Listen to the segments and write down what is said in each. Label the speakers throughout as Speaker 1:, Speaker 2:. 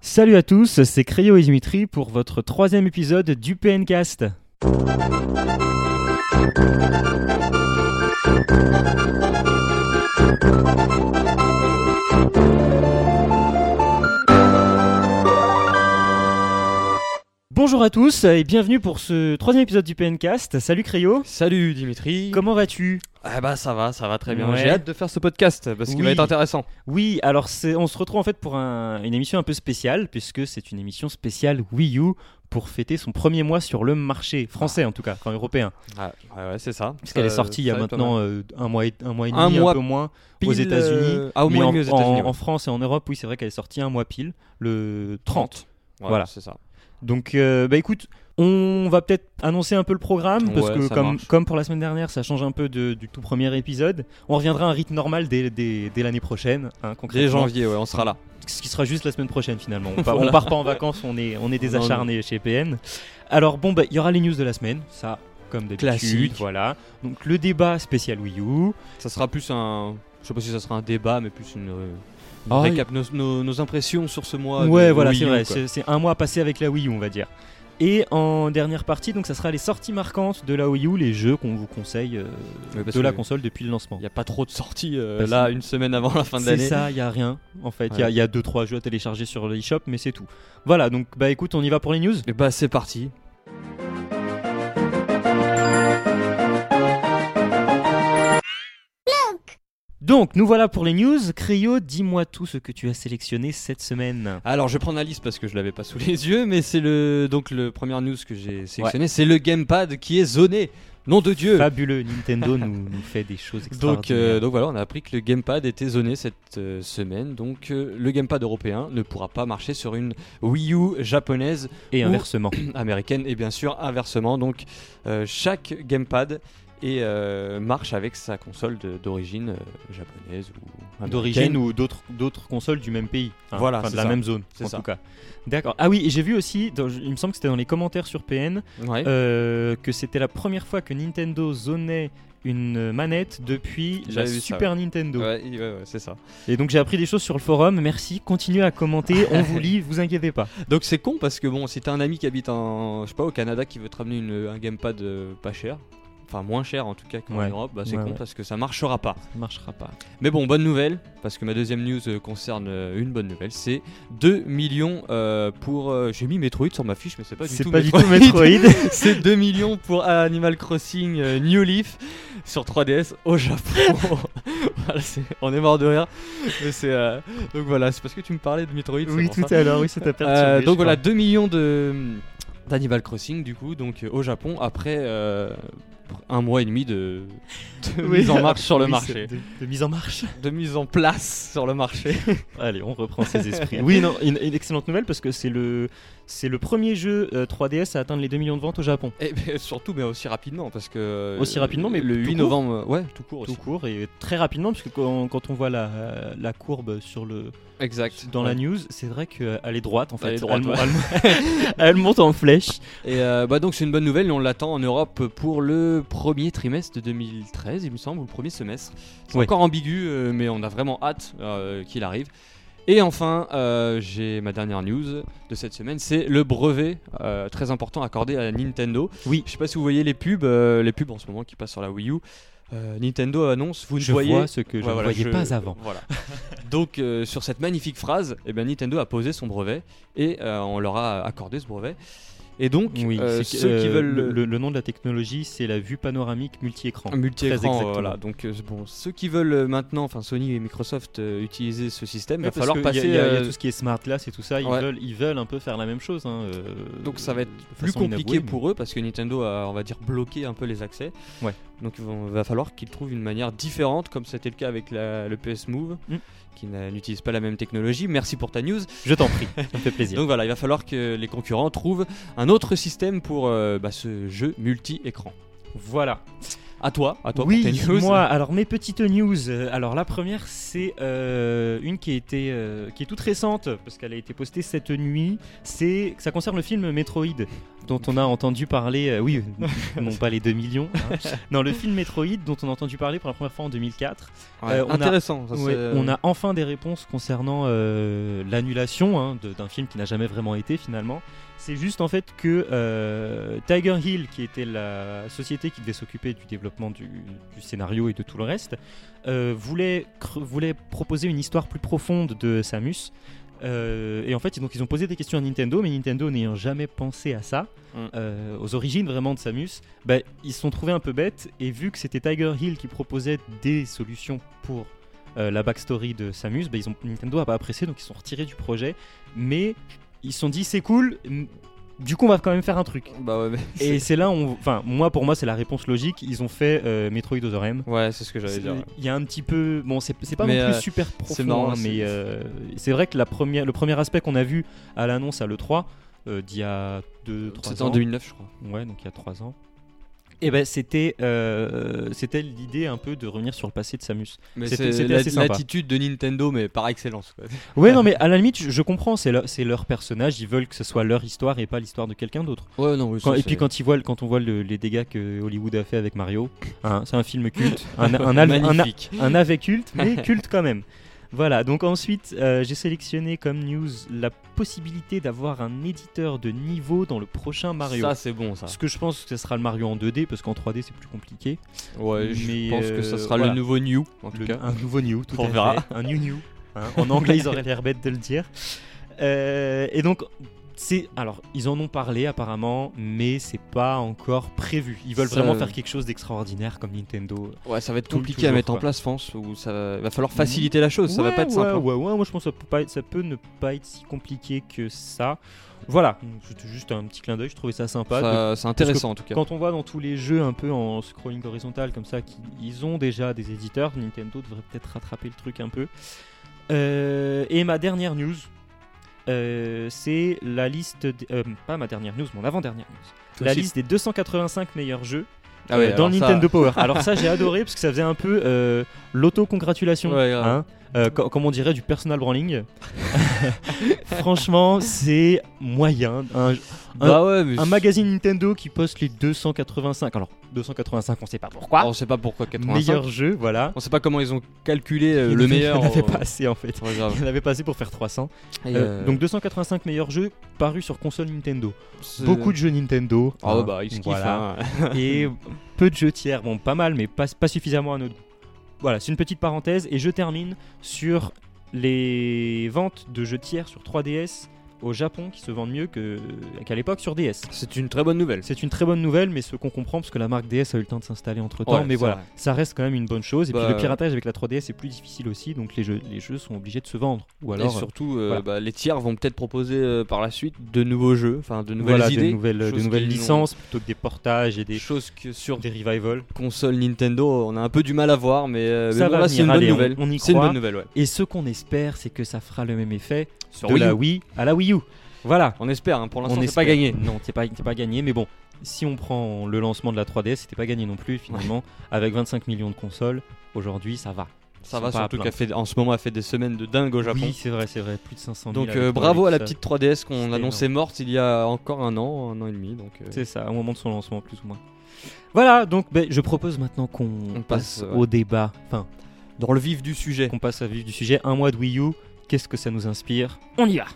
Speaker 1: Salut à tous, c'est Créo et Dimitri pour votre troisième épisode du PNcast. Bonjour à tous et bienvenue pour ce troisième épisode du PNcast. Salut Créo,
Speaker 2: Salut Dimitri.
Speaker 1: comment vas-tu
Speaker 2: Ah bah ça va, ça va très bien.
Speaker 1: Ouais.
Speaker 2: J'ai hâte de faire ce podcast parce qu'il
Speaker 1: Oui.
Speaker 2: va être intéressant.
Speaker 1: Oui, alors c'est- on se retrouve en fait pour un- une émission un peu spéciale, puisque c'est une émission spéciale Wii U pour fêter son premier mois sur le marché français en tout cas, enfin européen,
Speaker 2: Ah, ouais, ouais, c'est ça.
Speaker 1: puisqu'elle
Speaker 2: Ça-
Speaker 1: est sortie il y a
Speaker 2: ça va être pas
Speaker 1: maintenant euh, un mois et, un mois et demi,
Speaker 2: Un
Speaker 1: un,
Speaker 2: mois
Speaker 1: peu moins,
Speaker 2: mal.
Speaker 1: aux
Speaker 2: Pile,
Speaker 1: États-Unis.
Speaker 2: euh, Ah, au
Speaker 1: Mais
Speaker 2: moins
Speaker 1: en,
Speaker 2: mieux aux
Speaker 1: en-
Speaker 2: États-Unis. ouais.
Speaker 1: en France et en Europe, oui, c'est vrai qu'elle est sortie un mois pile, le 30.
Speaker 2: Ouais,
Speaker 1: voilà.
Speaker 2: C'est ça.
Speaker 1: Donc, euh, bah écoute, on va peut-être annoncer un peu le programme, parce
Speaker 2: Ouais,
Speaker 1: que
Speaker 2: ça
Speaker 1: comme,
Speaker 2: marche.
Speaker 1: comme pour la semaine dernière, ça change un peu de- du tout premier épisode. On reviendra à un rythme normal dès, dès- dès l'année prochaine, hein,
Speaker 2: Dès
Speaker 1: concrètement.
Speaker 2: janvier, ouais, on sera là.
Speaker 1: ce qui sera juste la semaine prochaine finalement. On, part-
Speaker 2: Voilà.
Speaker 1: on part pas en vacances, on est, on est des
Speaker 2: Non, non.
Speaker 1: acharnés chez PN. Alors bon, bah, il y aura les news de la semaine, ça comme d'habitude,
Speaker 2: Classique.
Speaker 1: voilà. Donc le débat spécial Wii U.
Speaker 2: Ça sera plus un. Je sais pas si ça sera un débat, mais plus une. euh, une
Speaker 1: Ah,
Speaker 2: récap, nos, nos- nos impressions sur ce mois. Ah, de-
Speaker 1: ouais,
Speaker 2: de
Speaker 1: voilà,
Speaker 2: Wii
Speaker 1: c'est
Speaker 2: U,
Speaker 1: vrai,
Speaker 2: quoi.
Speaker 1: c'est c'est un mois passé avec la Wii U, on va dire. Et en dernière partie, donc ça sera les sorties marquantes de la Wii U, les jeux qu'on vous conseille euh,
Speaker 2: Ouais, parce
Speaker 1: de la
Speaker 2: que
Speaker 1: console depuis le lancement.
Speaker 2: Il n'y a pas trop de sorties euh,
Speaker 1: Parce-
Speaker 2: là, une semaine avant la fin de
Speaker 1: Bah, C'est
Speaker 2: l'année.
Speaker 1: ça, il y a rien en fait. Il y a- il y a 2-3 jeux à télécharger sur le eShop, mais c'est tout. Voilà, donc bah écoute, on y va pour les news.
Speaker 2: Et bah, c'est parti.
Speaker 1: Donc, nous voilà pour les news. Cryo, dis-moi tout ce que tu as sélectionné cette semaine.
Speaker 2: Alors, je prends la liste parce que je l'avais pas sous les yeux, mais c'est le. Donc, le première news que j'ai sélectionné, c'est le gamepad qui est zoné. Nom de Dieu!
Speaker 1: Fabuleux, Nintendo nous, nous fait des choses
Speaker 2: Euh. Donc,
Speaker 1: extraordinaires.
Speaker 2: euh, donc voilà, on a appris que le gamepad était zoné cette euh, semaine. Donc euh, le gamepad européen ne pourra pas marcher sur une Wii U japonaise,
Speaker 1: et inversement.
Speaker 2: américaine et bien sûr inversement. Donc euh, chaque gamepad est, euh, marche avec sa console de- d'origine euh, japonaise ou
Speaker 1: D'origine ou d'autres d'autres consoles du même pays. Enfin,
Speaker 2: Voilà,
Speaker 1: enfin, de
Speaker 2: c'est
Speaker 1: la
Speaker 2: ça.
Speaker 1: même zone,
Speaker 2: C'est
Speaker 1: en
Speaker 2: ça.
Speaker 1: tout cas. D'accord. Ah oui, et j'ai vu aussi, dans- il me semble que c'était dans les commentaires sur PN,
Speaker 2: Ouais.
Speaker 1: euh, que c'était la première fois que Nintendo zonait une manette depuis la
Speaker 2: J'avais vu ça,
Speaker 1: Super Nintendo.
Speaker 2: Ouais, ouais, ouais, c'est ça.
Speaker 1: Et donc j'ai appris des choses sur le forum. Merci, continuez à commenter, on vous lit, vous inquiétez pas.
Speaker 2: Donc c'est con parce que bon, si t'as un ami qui habite en, je sais pas, au Canada qui veut te ramener une- un gamepad euh, pas cher, enfin moins cher en tout cas qu'en
Speaker 1: Ouais.
Speaker 2: Europe, bah, c'est
Speaker 1: Ouais,
Speaker 2: con
Speaker 1: ouais.
Speaker 2: parce que ça marchera pas.
Speaker 1: Ça marchera pas.
Speaker 2: Mais bon, bonne nouvelle, parce que ma deuxième news euh, concerne euh, une bonne nouvelle, c'est 2 millions euh, pour... euh, J'ai mis Metroid sur ma fiche, mais c'est pas du
Speaker 1: C'est
Speaker 2: tout
Speaker 1: pas du
Speaker 2: Metroid.
Speaker 1: tout Metroid.
Speaker 2: c'est 2 millions pour Animal Crossing euh, New Leaf sur 3DS au Japon. Voilà, c'est- on est mort de rire. Mais c'est, euh, Donc voilà, c'est parce que tu me parlais de Metroid. c'est
Speaker 1: Oui,
Speaker 2: pour
Speaker 1: tout
Speaker 2: ça.
Speaker 1: à l'heure, oui, ça t'a perturbé.
Speaker 2: Euh,
Speaker 1: je
Speaker 2: donc
Speaker 1: crois.
Speaker 2: voilà, 2 millions de d'Animal Crossing du coup, donc euh, au Japon après euh, un mois et demi de, de
Speaker 1: Oui.
Speaker 2: mise en marche sur le
Speaker 1: Oui, c'est
Speaker 2: marché,
Speaker 1: De, de mise en marche.
Speaker 2: de mise en place sur le marché.
Speaker 1: Allez, on reprend ses esprits. oui, non, une, une excellente nouvelle parce que c'est le, c'est le premier jeu euh, 3DS à atteindre les 2 millions de ventes au Japon.
Speaker 2: Et ben, surtout, mais aussi rapidement, parce que. euh,
Speaker 1: Aussi rapidement, mais
Speaker 2: le
Speaker 1: tout
Speaker 2: 8
Speaker 1: court
Speaker 2: novembre, euh, ouais, tout court
Speaker 1: Tout
Speaker 2: aussi.
Speaker 1: court et très rapidement, puisque quand, quand on voit la, la courbe sur le,
Speaker 2: Exact.
Speaker 1: dans la
Speaker 2: Ouais.
Speaker 1: news, c'est vrai qu'elle est droite en fait.
Speaker 2: Elle est droite,
Speaker 1: elle,
Speaker 2: ouais.
Speaker 1: elle- elle monte en flèche.
Speaker 2: Et euh, bah, donc, c'est une bonne nouvelle, on l'attend en Europe pour le premier trimestre de 2013, il me semble, ou le premier semestre. C'est
Speaker 1: Ouais.
Speaker 2: encore ambigu, euh, mais on a vraiment hâte euh, qu'il arrive. Et enfin, euh, j'ai ma dernière news de cette semaine, c'est le brevet euh, très important accordé à Nintendo.
Speaker 1: Oui.
Speaker 2: Je sais pas si vous voyez les pubs, euh, les pubs en ce moment qui passent sur la Wii U. Euh, Nintendo annonce, vous ne
Speaker 1: je
Speaker 2: voyez
Speaker 1: vois ce que je
Speaker 2: Ouais,
Speaker 1: ne
Speaker 2: voilà,
Speaker 1: voyais
Speaker 2: je-
Speaker 1: pas avant.
Speaker 2: Voilà. Donc euh, sur cette magnifique phrase, eh ben, Nintendo a posé son brevet et euh, on leur a accordé ce brevet. Et donc
Speaker 1: Oui,
Speaker 2: euh,
Speaker 1: c'est que,
Speaker 2: ceux qui
Speaker 1: euh,
Speaker 2: veulent
Speaker 1: le, le- le nom de la technologie, c'est la vue panoramique multi-écran.
Speaker 2: Un
Speaker 1: Très
Speaker 2: multi-écran,
Speaker 1: exactement.
Speaker 2: euh, voilà. Donc euh, bon, ceux qui veulent euh, maintenant, enfin Sony et Microsoft euh, utiliser ce système, il va
Speaker 1: Ouais, parce
Speaker 2: falloir
Speaker 1: que
Speaker 2: passer.
Speaker 1: Il y, a- il y a
Speaker 2: euh,
Speaker 1: tout ce qui est smart glass et tout ça. Ils,
Speaker 2: ouais.
Speaker 1: veulent, ils veulent un peu faire la même chose. hein, euh,
Speaker 2: donc ça va être
Speaker 1: de
Speaker 2: plus
Speaker 1: façon
Speaker 2: compliqué
Speaker 1: inavouée, mais-
Speaker 2: pour eux parce que Nintendo a, on va dire, bloqué un peu les accès.
Speaker 1: Ouais.
Speaker 2: Donc il va- va falloir qu'ils trouvent une manière différente, comme c'était le cas avec la- le PS Move,
Speaker 1: Mm.
Speaker 2: qui n'a- n'utilise pas la même technologie. Merci pour ta news.
Speaker 1: Je t'en prie, ça me fait plaisir.
Speaker 2: Donc voilà, il va falloir que les concurrents trouvent un autre système pour euh, bah, ce jeu multi-écran.
Speaker 1: voilà.
Speaker 2: À toi, à toi
Speaker 1: oui,
Speaker 2: pour tes news.
Speaker 1: moi, alors mes petites news. Euh, Alors la première, c'est euh, une qui, a été, euh, qui est toute récente, parce qu'elle a été postée cette nuit. C'est, Ça concerne le film Metroid, dont on a entendu parler, euh, oui, non pas les 2 millions, hein. non, le film Metroid, dont on a entendu parler pour la première fois en 2004.
Speaker 2: Ouais,
Speaker 1: euh, on a-
Speaker 2: intéressant. Hein, ça,
Speaker 1: Ouais,
Speaker 2: c'est-
Speaker 1: on a enfin des réponses concernant euh, l'annulation hein, de- d'un film qui n'a jamais vraiment été finalement. C'est juste en fait que euh, Tiger Hill, qui était la société qui devait s'occuper du développement du, du scénario et de tout le reste, euh, voulait, cre- voulait proposer une histoire plus profonde de Samus. Euh, et en fait, donc, ils ont posé des questions à Nintendo, mais Nintendo n'ayant jamais pensé à ça,
Speaker 2: Mm.
Speaker 1: euh, aux origines vraiment de Samus, bah, ils se sont trouvés un peu bêtes. Et vu que c'était Tiger Hill qui proposait des solutions pour euh, la backstory de Samus, bah, ils ont, Nintendo n'a pas apprécié, donc ils sont retirés du projet. Mais ils se sont dit, c'est cool, m- du coup, on va quand même faire un truc.
Speaker 2: Bah ouais, mais
Speaker 1: Et c'est là, où on, enfin, moi, pour moi, c'est la réponse logique. Ils ont fait euh, Metroid Other M.
Speaker 2: ouais, c'est ce que j'allais
Speaker 1: C'est-
Speaker 2: dire. ouais.
Speaker 1: Il y a un petit peu. Bon, c'est c'est pas
Speaker 2: Mais,
Speaker 1: non plus
Speaker 2: euh,
Speaker 1: super profond,
Speaker 2: c'est marrant,
Speaker 1: hein,
Speaker 2: c'est-
Speaker 1: mais euh, c'est vrai que la première, le premier aspect qu'on a vu à l'annonce à l'E3, euh, d'il y a 2
Speaker 2: C'était
Speaker 1: 3
Speaker 2: en
Speaker 1: ans.
Speaker 2: 2009, je crois.
Speaker 1: Ouais, donc il y a 3 ans. Et ben c'était euh, c'était l'idée un peu de revenir sur le passé de Samus.
Speaker 2: Mais
Speaker 1: C'était-
Speaker 2: c'est
Speaker 1: c'était
Speaker 2: la-
Speaker 1: assez sympa.
Speaker 2: l'attitude de Nintendo, mais par excellence. quoi.
Speaker 1: Ouais, non, mais à la limite, je, je comprends, c'est leur, c'est leur personnage, ils veulent que ce soit leur histoire et pas l'histoire de quelqu'un d'autre.
Speaker 2: Ouais, non, oui,
Speaker 1: Quand-
Speaker 2: ça,
Speaker 1: et puis
Speaker 2: c'est-
Speaker 1: quand, ils voient, le- quand on voit le- les dégâts que Hollywood a fait avec Mario, hein, c'est un film culte, un, un, al- un, a-
Speaker 2: magnifique.
Speaker 1: un ave culte, mais culte quand même. Voilà, donc ensuite, euh, j'ai sélectionné comme news la possibilité d'avoir un éditeur de niveau dans le prochain Mario.
Speaker 2: Ça, c'est bon, ça.
Speaker 1: ce que je pense que ce sera le Mario en 2D, parce qu'en 3D c'est plus compliqué.
Speaker 2: Ouais, je
Speaker 1: Mais,
Speaker 2: pense que ça
Speaker 1: euh,
Speaker 2: sera
Speaker 1: voilà.
Speaker 2: le nouveau New, en tout
Speaker 1: Le-
Speaker 2: cas.
Speaker 1: un nouveau new, tout
Speaker 2: On
Speaker 1: à
Speaker 2: verra.
Speaker 1: fait. Un new new. hein. En anglais, ils auraient l'air bêtes de le dire. Euh, et donc, c'est. Alors, ils en ont parlé apparemment, mais c'est pas encore prévu. Ils veulent
Speaker 2: Ça-
Speaker 1: vraiment faire quelque chose d'extraordinaire comme Nintendo.
Speaker 2: Ouais, ça va être
Speaker 1: Comme
Speaker 2: compliqué à
Speaker 1: toujours,
Speaker 2: mettre en
Speaker 1: quoi.
Speaker 2: place, je pense, ou ça va... il va falloir faciliter la chose, ça va
Speaker 1: Ouais,
Speaker 2: pas être
Speaker 1: ouais,
Speaker 2: simple. hein.
Speaker 1: Ouais, ouais, moi je pense que ça peut, pas être- ça peut ne pas être si compliqué que ça. Voilà, c'était juste un petit clin d'œil, je trouvais ça sympa. de-
Speaker 2: Ça- C'est intéressant, en tout cas.
Speaker 1: Quand on voit dans tous les jeux un peu en scrolling horizontal comme ça, qu'ils ont déjà des éditeurs, Nintendo devrait peut-être rattraper le truc un peu. Euh, et ma dernière news, euh, c'est la liste, des- euh, pas ma dernière news, mon avant-dernière news,
Speaker 2: Toi
Speaker 1: la
Speaker 2: aussi.
Speaker 1: liste des 285 meilleurs jeux
Speaker 2: Ah ouais,
Speaker 1: euh, dans
Speaker 2: alors
Speaker 1: le
Speaker 2: ça-
Speaker 1: Nintendo Power. Alors ça j'ai adoré parce que ça faisait un peu euh, l'auto-congratulation,
Speaker 2: Ouais, grave.
Speaker 1: hein, euh, co- comme on dirait du personal branding. Franchement c'est moyen, un,
Speaker 2: Bah ouais, mais
Speaker 1: un magazine Nintendo qui poste les 285. Alors, 285, on sait pas pourquoi.
Speaker 2: On sait pas pourquoi 85.
Speaker 1: meilleur jeu, voilà.
Speaker 2: On sait pas comment ils ont calculé euh,
Speaker 1: Il-
Speaker 2: le meilleur.
Speaker 1: Il en avait
Speaker 2: euh,
Speaker 1: pas assez en fait.
Speaker 2: ouais, grave.
Speaker 1: Il en avait pas assez pour faire 300.
Speaker 2: Et,
Speaker 1: Euh,
Speaker 2: euh,
Speaker 1: donc 285 meilleurs jeux parus sur console Nintendo.
Speaker 2: c'est-
Speaker 1: Beaucoup de jeux Nintendo.
Speaker 2: Ah ouais,
Speaker 1: hein,
Speaker 2: bah, ils se kiffent.
Speaker 1: voilà.
Speaker 2: hein.
Speaker 1: Et peu de jeux tiers. Bon, pas mal, mais pas, pas suffisamment à notre goût. Voilà, c'est une petite parenthèse. Et je termine sur les ventes de jeux tiers sur 3DS au Japon qui se vendent mieux que- qu'à l'époque sur DS.
Speaker 2: C'est une très bonne nouvelle.
Speaker 1: C'est une très bonne nouvelle, mais ce qu'on comprend, parce que la marque DS a eu le temps de s'installer entre temps,
Speaker 2: Ouais,
Speaker 1: mais
Speaker 2: c'est
Speaker 1: voilà,
Speaker 2: vrai.
Speaker 1: ça reste quand même une bonne chose. Et
Speaker 2: Bah,
Speaker 1: puis le piratage avec la 3DS est plus difficile aussi, donc les jeux, les jeux sont obligés de se vendre. Ou alors,
Speaker 2: et surtout, euh,
Speaker 1: voilà.
Speaker 2: bah, les tiers vont peut-être proposer euh, par la suite de nouveaux jeux, enfin de
Speaker 1: euh,
Speaker 2: nouvelles
Speaker 1: voilà,
Speaker 2: idées,
Speaker 1: des nouvelles, des
Speaker 2: choses
Speaker 1: nouvelles
Speaker 2: qu'ils n'ont-
Speaker 1: licences plutôt que des portages et
Speaker 2: des
Speaker 1: des,
Speaker 2: choses que sur
Speaker 1: des revivals.
Speaker 2: console Nintendo, on a un peu du mal à voir, mais, euh,
Speaker 1: Ça
Speaker 2: mais bon,
Speaker 1: va
Speaker 2: là, c'est
Speaker 1: venir,
Speaker 2: une bonne
Speaker 1: allez, on-
Speaker 2: nouvelle.
Speaker 1: on y
Speaker 2: c'est une
Speaker 1: croit.
Speaker 2: bonne nouvelle, ouais.
Speaker 1: Et ce qu'on espère, c'est que ça fera le même effet
Speaker 2: Sur
Speaker 1: de
Speaker 2: Wii
Speaker 1: la
Speaker 2: U.
Speaker 1: Wii à la Wii U. Voilà.
Speaker 2: On espère, hein, pour l'instant,
Speaker 1: On
Speaker 2: c'est pas
Speaker 1: espère.
Speaker 2: gagné.
Speaker 1: Non, c'est pas, c'est pas gagné, mais bon, si on prend le lancement de la 3DS, c'était pas gagné non plus, finalement. Avec 25 millions de consoles, aujourd'hui, ça va.
Speaker 2: Ça
Speaker 1: Ils sont
Speaker 2: va
Speaker 1: pas à
Speaker 2: surtout
Speaker 1: plaindre.
Speaker 2: qu'elle fait en ce moment elle fait des semaines de dingue au Japon.
Speaker 1: Oui, c'est vrai, c'est vrai, plus de 500 000
Speaker 2: donc
Speaker 1: avec
Speaker 2: euh,
Speaker 1: tout
Speaker 2: bravo à
Speaker 1: avec
Speaker 2: la
Speaker 1: ça.
Speaker 2: petite 3DS qu'on
Speaker 1: C'était
Speaker 2: annonçait morte il y a encore un an, un an et demi. Donc euh,
Speaker 1: C'est ça, au moment de son lancement, plus ou moins. Voilà, donc ben, je propose maintenant qu'on
Speaker 2: On passe, euh,
Speaker 1: passe,
Speaker 2: ouais.
Speaker 1: au débat, enfin,
Speaker 2: dans le vif du sujet.
Speaker 1: qu'on passe à vivre du sujet. Un mois de Wii U, qu'est-ce que ça nous inspire On y va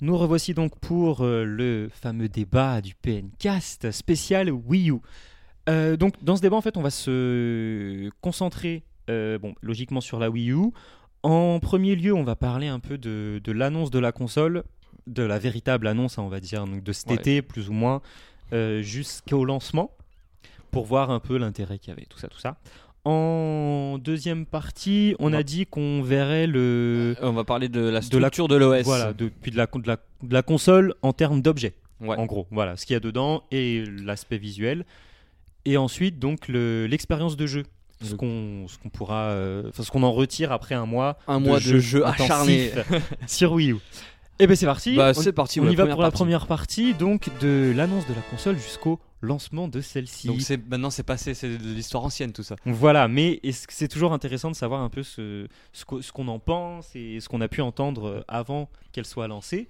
Speaker 1: Nous revoici donc pour euh, le fameux débat du PNcast spécial Wii U. Euh, donc dans ce débat en fait on va se concentrer euh, bon, logiquement sur la Wii U. En premier lieu on va parler un peu de, de l'annonce de la console, de la véritable annonce hein, on va dire, donc de cet
Speaker 2: Ouais.
Speaker 1: été plus ou moins euh, jusqu'au lancement pour voir un peu l'intérêt qu'il y avait, tout ça, tout ça. En deuxième partie on a
Speaker 2: Ouais.
Speaker 1: dit qu'on verrait le...
Speaker 2: Euh, On va parler de la
Speaker 1: de la-
Speaker 2: structure de l'OS.
Speaker 1: Voilà, de- puis de la, con- de la- de la console en termes d'objets.
Speaker 2: Ouais.
Speaker 1: En gros, voilà, ce qu'il y a dedans et l'aspect visuel. Et ensuite, donc, le- l'expérience de jeu. ce
Speaker 2: Le-
Speaker 1: qu'on ce qu'on pourra euh, enfin ce qu'on en retire après un mois
Speaker 3: Un mois de jeu,
Speaker 1: intensif
Speaker 3: acharné.
Speaker 1: sur Wii U. Et ben c'est parti.
Speaker 3: Bah,
Speaker 1: on
Speaker 3: c'est parti.
Speaker 1: on y va
Speaker 3: première
Speaker 1: pour la
Speaker 3: partie.
Speaker 1: première partie donc de l'annonce de la console jusqu'au lancement de
Speaker 2: Donc
Speaker 1: celle-ci.
Speaker 2: c'est maintenant c'est passé, c'est de l'histoire ancienne tout ça.
Speaker 1: Voilà, mais est-ce que c'est toujours intéressant de savoir un peu ce, ce qu'o- ce qu'on en pense et ce qu'on a pu entendre euh, avant qu'elle soit lancée.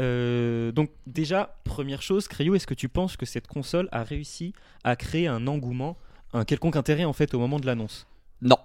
Speaker 1: Euh, donc déjà, première chose, Cryo, est-ce que tu penses que cette console a réussi à créer un engouement, un quelconque intérêt en fait au moment de l'annonce
Speaker 2: Non.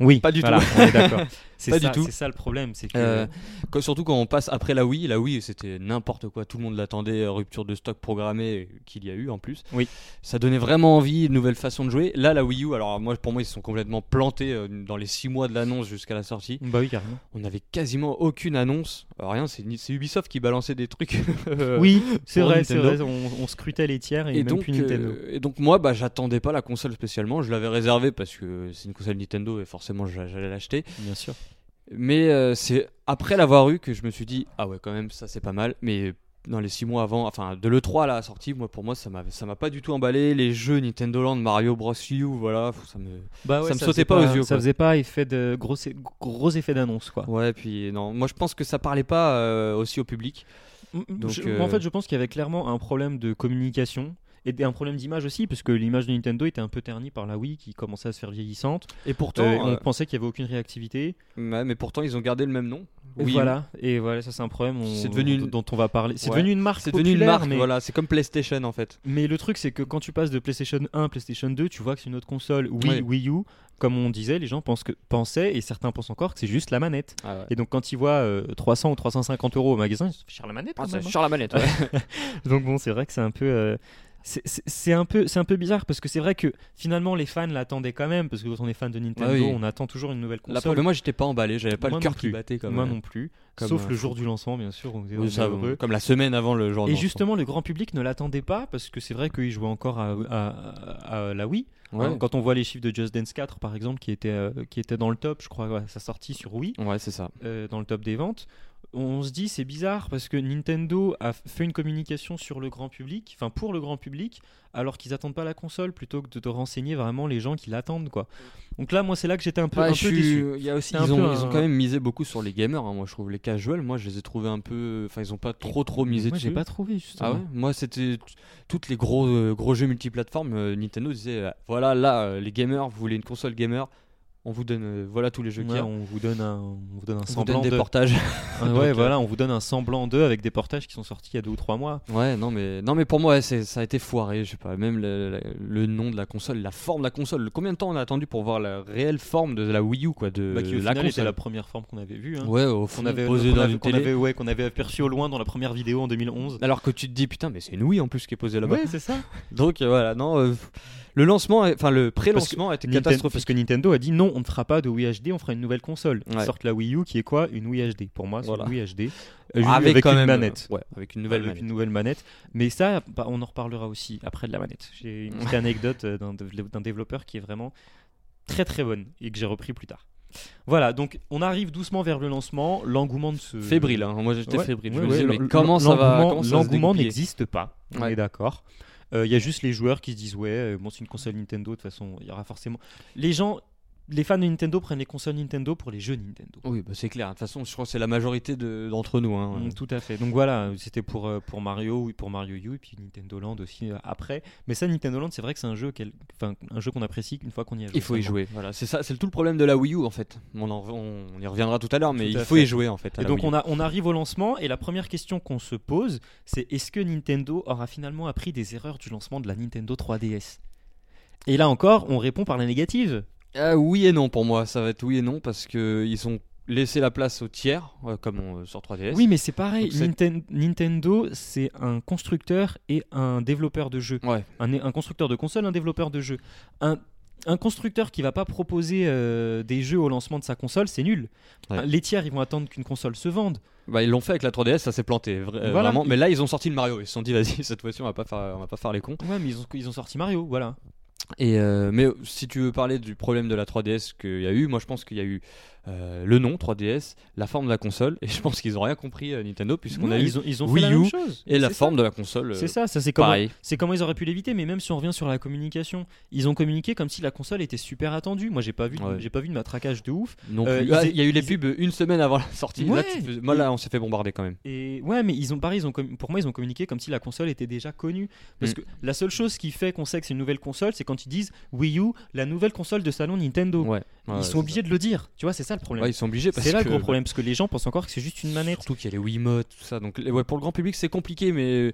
Speaker 1: Oui,
Speaker 2: Pas du
Speaker 1: voilà,
Speaker 2: tout.
Speaker 1: on est d'accord. C'est
Speaker 2: Pas
Speaker 1: ça,
Speaker 2: du tout.
Speaker 1: c'est ça le problème, c'est que
Speaker 2: Euh, quand- surtout quand on passe après la Wii, la Wii c'était n'importe quoi, tout le monde l'attendait, euh, rupture de stock programmée euh, qu'il y a eu en plus.
Speaker 1: Oui.
Speaker 2: Ça donnait vraiment envie, une nouvelle façon de jouer. Là, la Wii U, alors moi, pour moi, ils se sont complètement plantés euh, dans les 6 mois de l'annonce jusqu'à la sortie.
Speaker 1: bah oui carrément.
Speaker 2: On n'avait quasiment aucune annonce, Alors, rien, c'est ni- c'est Ubisoft qui balançait des trucs. euh,
Speaker 1: oui, c'est
Speaker 2: pour
Speaker 1: vrai, c'est
Speaker 2: Nintendo.
Speaker 1: vrai. On, on scrutait les tiers et,
Speaker 2: Et
Speaker 1: même
Speaker 2: donc,
Speaker 1: plus Nintendo.
Speaker 2: euh, et donc moi, bah, j'attendais pas la console spécialement. Je l'avais réservée parce que c'est une console Nintendo et forcément j'a- j'allais l'acheter.
Speaker 1: Bien sûr.
Speaker 2: Mais euh, c'est après l'avoir eu que je me suis dit ah ouais quand même ça c'est pas mal. Mais dans les six mois avant, enfin de l'E3 à la sortie, moi pour moi ça m'a ça m'a pas du tout emballé. Les jeux Nintendo Land, Mario Bros U, voilà, faut- ça me
Speaker 1: Bah
Speaker 2: ouais, ça me
Speaker 1: faisait
Speaker 2: sautait pas aux yeux,
Speaker 1: Ça
Speaker 2: quoi.
Speaker 1: faisait pas effet de gros, gros effet d'annonce quoi.
Speaker 2: ouais puis non. Moi je pense que ça parlait pas euh, aussi au public.
Speaker 1: Mm, mm,
Speaker 2: Donc,
Speaker 1: je-
Speaker 2: euh,
Speaker 1: En fait, je pense qu'il y avait clairement un problème de communication et d- un problème d'image aussi, parce que l'image de Nintendo était un peu ternie par la Wii qui commençait à se faire vieillissante.
Speaker 2: Et pourtant,
Speaker 1: Euh, on
Speaker 2: euh,
Speaker 1: pensait qu'il y avait aucune réactivité.
Speaker 2: ouais, mais pourtant ils ont gardé le même nom.
Speaker 1: Et voilà. Et voilà, ça c'est un problème on-
Speaker 2: C'est devenu une-
Speaker 1: dont on va parler. C'est
Speaker 2: Ouais.
Speaker 1: devenu une marque.
Speaker 2: C'est devenu une
Speaker 1: populaire,
Speaker 2: marque,
Speaker 1: mais...
Speaker 2: voilà, c'est comme PlayStation en fait.
Speaker 1: Mais le truc, c'est que quand tu passes de PlayStation 1 PlayStation 2, tu vois que c'est une autre console. Oui,
Speaker 2: Ouais.
Speaker 1: Wii U, comme on disait, les gens pensent que, pensaient, et certains pensent encore, que c'est juste la manette.
Speaker 2: Ah
Speaker 1: Et donc, quand ils voient euh, 300 ou 350 euros au magasin, ils se font la manette quand
Speaker 2: Ah, ça,
Speaker 1: même, hein.
Speaker 2: sur la manette. ouais.
Speaker 1: Donc, bon, c'est vrai que c'est un peu. euh, c'est- c'est c'est un, peu- c'est un peu bizarre parce que c'est vrai que finalement les fans l'attendaient quand même parce que quand on est fan de Nintendo
Speaker 2: Ah oui.
Speaker 1: on attend toujours une nouvelle
Speaker 2: La
Speaker 1: console.
Speaker 2: mais moi j'étais pas emballé, j'avais pas
Speaker 1: Moi
Speaker 2: le
Speaker 1: non
Speaker 2: cœur qui
Speaker 1: plus.
Speaker 2: battait comme,
Speaker 1: Moi
Speaker 2: euh,
Speaker 1: non plus,
Speaker 2: comme,
Speaker 1: sauf
Speaker 2: euh,
Speaker 1: le jour du lancement bien sûr, on était
Speaker 2: oui, ça, euh,
Speaker 1: heureux.
Speaker 2: comme la semaine avant le jour. de
Speaker 1: Et
Speaker 2: lancement.
Speaker 1: justement le grand public ne l'attendait pas parce que c'est vrai qu'ils jouaient encore à- à- à la Wii
Speaker 2: ouais,
Speaker 1: Hein, quand on voit les chiffres de Just Dance 4, par exemple, qui était, euh, qui était dans le top, je crois, à sa sortie sur Wii,
Speaker 2: ouais, c'est ça.
Speaker 1: euh, dans le top des ventes, on se dit c'est bizarre parce que Nintendo a f- fait une communication sur le grand public, enfin pour le grand public, alors qu'ils attendent pas la console plutôt que de, de renseigner vraiment les gens qui l'attendent, quoi. Donc là, moi, c'est là que j'étais un peu,
Speaker 2: Ouais,
Speaker 1: un
Speaker 2: je
Speaker 1: peu
Speaker 2: suis-
Speaker 1: déçu.
Speaker 2: il y a aussi-
Speaker 1: C'est un
Speaker 2: ils, ont,
Speaker 1: peu
Speaker 2: ils ont
Speaker 1: un-
Speaker 2: quand même misé beaucoup sur les gamers. hein, moi, je trouve les casuals. Moi, je les ai trouvés un peu. Enfin, ils ont pas trop trop misé
Speaker 1: Moi, j'ai
Speaker 2: dessus.
Speaker 1: pas trouvé,
Speaker 2: Ah
Speaker 1: justement.
Speaker 2: ouais Moi, c'était t- toutes les gros euh, gros jeux multiplateformes. euh, Nintendo disait euh, voilà, là, euh, les gamers, vous voulez une console gamer, on vous donne euh, voilà tous les jeux qu'il y
Speaker 1: Ouais,
Speaker 2: a.
Speaker 1: on vous donne un, on vous donne un
Speaker 2: On vous
Speaker 1: semblant
Speaker 2: donne des
Speaker 1: de-
Speaker 2: portages.
Speaker 1: Ah
Speaker 2: Donc,
Speaker 1: ouais,
Speaker 2: euh,
Speaker 1: voilà, on vous donne un semblant d'eux avec des portages qui sont sortis il y a deux ou trois mois.
Speaker 2: Ouais, non mais non mais pour moi ouais, c'est- ça a été foiré, je sais pas, même le, la- le nom de la console, la forme de la console. Combien de temps on a attendu pour voir la réelle forme de la Wii U quoi, de
Speaker 1: Bah, qui au
Speaker 2: Euh, la
Speaker 1: final était
Speaker 2: console.
Speaker 1: la première forme qu'on avait vue. hein.
Speaker 2: Ouais, au fond
Speaker 1: qu'on avait,
Speaker 2: posée
Speaker 1: qu'on
Speaker 2: dans
Speaker 1: avait-
Speaker 2: une
Speaker 1: qu'on
Speaker 2: télé.
Speaker 1: avait- ouais, qu'on avait aperçu au loin dans la première vidéo en 2011.
Speaker 2: Alors que tu te dis putain mais c'est une Wii en plus qui est posée là-bas.
Speaker 1: Ouais, c'est ça.
Speaker 2: Donc euh, voilà, non euh, le lancement enfin le pré-lancement a été
Speaker 1: Ninten-
Speaker 2: catastrophique.
Speaker 1: parce que Nintendo a dit non, on ne fera pas de Wii HD, on fera une nouvelle console. Ils
Speaker 2: Ouais.
Speaker 1: sortent la Wii U qui est quoi Une Wii HD. Pour moi, c'est
Speaker 2: Voilà.
Speaker 1: une Wii HD. euh, avec
Speaker 2: quand
Speaker 1: une
Speaker 2: même, euh,
Speaker 1: manette.
Speaker 2: Ouais, avec une nouvelle
Speaker 1: Avec
Speaker 2: manette.
Speaker 1: une nouvelle manette. Mais ça, bah, on en reparlera aussi après de la manette. J'ai une petite anecdote euh, d'un dev- d'un développeur qui est vraiment très très bonne et que j'ai repris plus tard. Voilà, donc on arrive doucement vers le lancement. L'engouement de ce.
Speaker 2: Fébrile hein. Moi j'étais
Speaker 1: Ouais,
Speaker 2: fébrile,
Speaker 1: ouais,
Speaker 2: je me
Speaker 1: ouais,
Speaker 2: disais, mais
Speaker 1: l'en-
Speaker 2: comment ça va
Speaker 1: l'engouement-
Speaker 2: comment ça va se
Speaker 1: L'engouement
Speaker 2: dégoupiller
Speaker 1: n'existe pas, on
Speaker 2: Ouais.
Speaker 1: est d'accord. Euh, Il y a juste les joueurs qui se disent ouais, euh, bon c'est une console Nintendo, de toute façon il y aura forcément. Les gens, les fans de Nintendo prennent les consoles Nintendo pour les jeux Nintendo.
Speaker 2: Oui, bah, c'est clair. De toute façon, je crois que c'est la majorité de- d'entre nous hein.
Speaker 1: Mm, Tout à fait. Donc voilà, c'était pour, euh, pour Mario, oui, pour Mario U, et puis Nintendo Land aussi euh, après. Mais ça, Nintendo Land, c'est vrai que c'est un jeu auquel- enfin, un jeu qu'on apprécie une fois qu'on y a joué.
Speaker 2: Il faut y
Speaker 1: vraiment.
Speaker 2: jouer. Voilà, c'est ça, c'est le- tout le problème de la Wii U en fait. On, en- on- on y reviendra tout à l'heure, mais
Speaker 1: Tout à
Speaker 2: il faut
Speaker 1: fait.
Speaker 2: y jouer en fait. à
Speaker 1: Et
Speaker 2: la
Speaker 1: donc
Speaker 2: Wii U.
Speaker 1: on, a, on arrive au lancement et la première question qu'on se pose, c'est est-ce que Nintendo aura finalement appris des erreurs du lancement de la Nintendo 3DS Et là encore, on répond par la négative.
Speaker 2: Ah, oui et non pour moi, ça va être oui et non parce que ils ont laissé la place aux tiers, euh, comme on, sur 3DS.
Speaker 1: Oui, mais c'est pareil.
Speaker 2: Donc c'est-
Speaker 1: Ninten- Nintendo, c'est un constructeur et un développeur de jeux.
Speaker 2: Ouais.
Speaker 1: Un, un constructeur de console, un développeur de jeux. Un, un constructeur qui va pas proposer euh, des jeux au lancement de sa console, c'est nul.
Speaker 2: Ouais.
Speaker 1: Les tiers, ils vont attendre qu'une console se vende.
Speaker 2: Bah, ils l'ont fait avec la 3DS, ça s'est planté vra-
Speaker 1: Voilà.
Speaker 2: euh, vraiment. Mais là ils ont sorti le Mario, ils se sont dit vas-y cette fois-ci on va pas faire, on va pas faire les cons.
Speaker 1: Ouais, mais ils ont, ils ont sorti Mario, voilà.
Speaker 2: Et euh, mais si tu veux parler du problème de la 3DS qu'il y a eu, moi je pense qu'il y a eu euh, le nom 3DS, la forme de la console, et je pense qu'ils n'ont rien compris euh, Nintendo puisqu'on a eu
Speaker 1: ils ont, ils ont
Speaker 2: Wii
Speaker 1: fait la même
Speaker 2: U
Speaker 1: chose.
Speaker 2: et la
Speaker 1: C'est ça.
Speaker 2: forme de la console. euh,
Speaker 1: C'est ça, ça c'est comment,
Speaker 2: pareil.
Speaker 1: c'est comment ils auraient pu l'éviter. Mais même si on revient sur la communication, ils ont communiqué comme si la console était super attendue. Moi, j'ai pas vu, de-
Speaker 2: Ouais.
Speaker 1: j'ai pas vu de matraquage de ouf.
Speaker 2: Non
Speaker 1: Euh,
Speaker 2: plus.
Speaker 1: ils
Speaker 2: Ah,
Speaker 1: a-
Speaker 2: Il y a eu les
Speaker 1: ils
Speaker 2: pubs une semaine avant la sortie. Là,
Speaker 1: Ouais.
Speaker 2: tu fais- moi là, on s'est fait bombarder quand même.
Speaker 1: Et ouais, mais ils ont pareil, ils ont commu- pour moi, ils ont communiqué comme si la console était déjà connue. Parce
Speaker 2: Mm.
Speaker 1: que la seule chose qui fait qu'on sait que c'est une nouvelle console, c'est quand ils disent Wii U, la nouvelle console de salon Nintendo.
Speaker 2: Ouais. Ouais,
Speaker 1: Oh. ils
Speaker 2: c'est
Speaker 1: sont obligés de le dire. Tu vois, c'est ça le
Speaker 2: ça.
Speaker 1: problème.
Speaker 2: Ouais, ils sont obligés parce
Speaker 1: c'est là
Speaker 2: que-
Speaker 1: le gros problème, parce que les gens pensent encore que c'est juste une manette.
Speaker 2: Surtout qu'il y a les Wiimote, tout ça. Donc les- ouais, pour le grand public, c'est compliqué, mais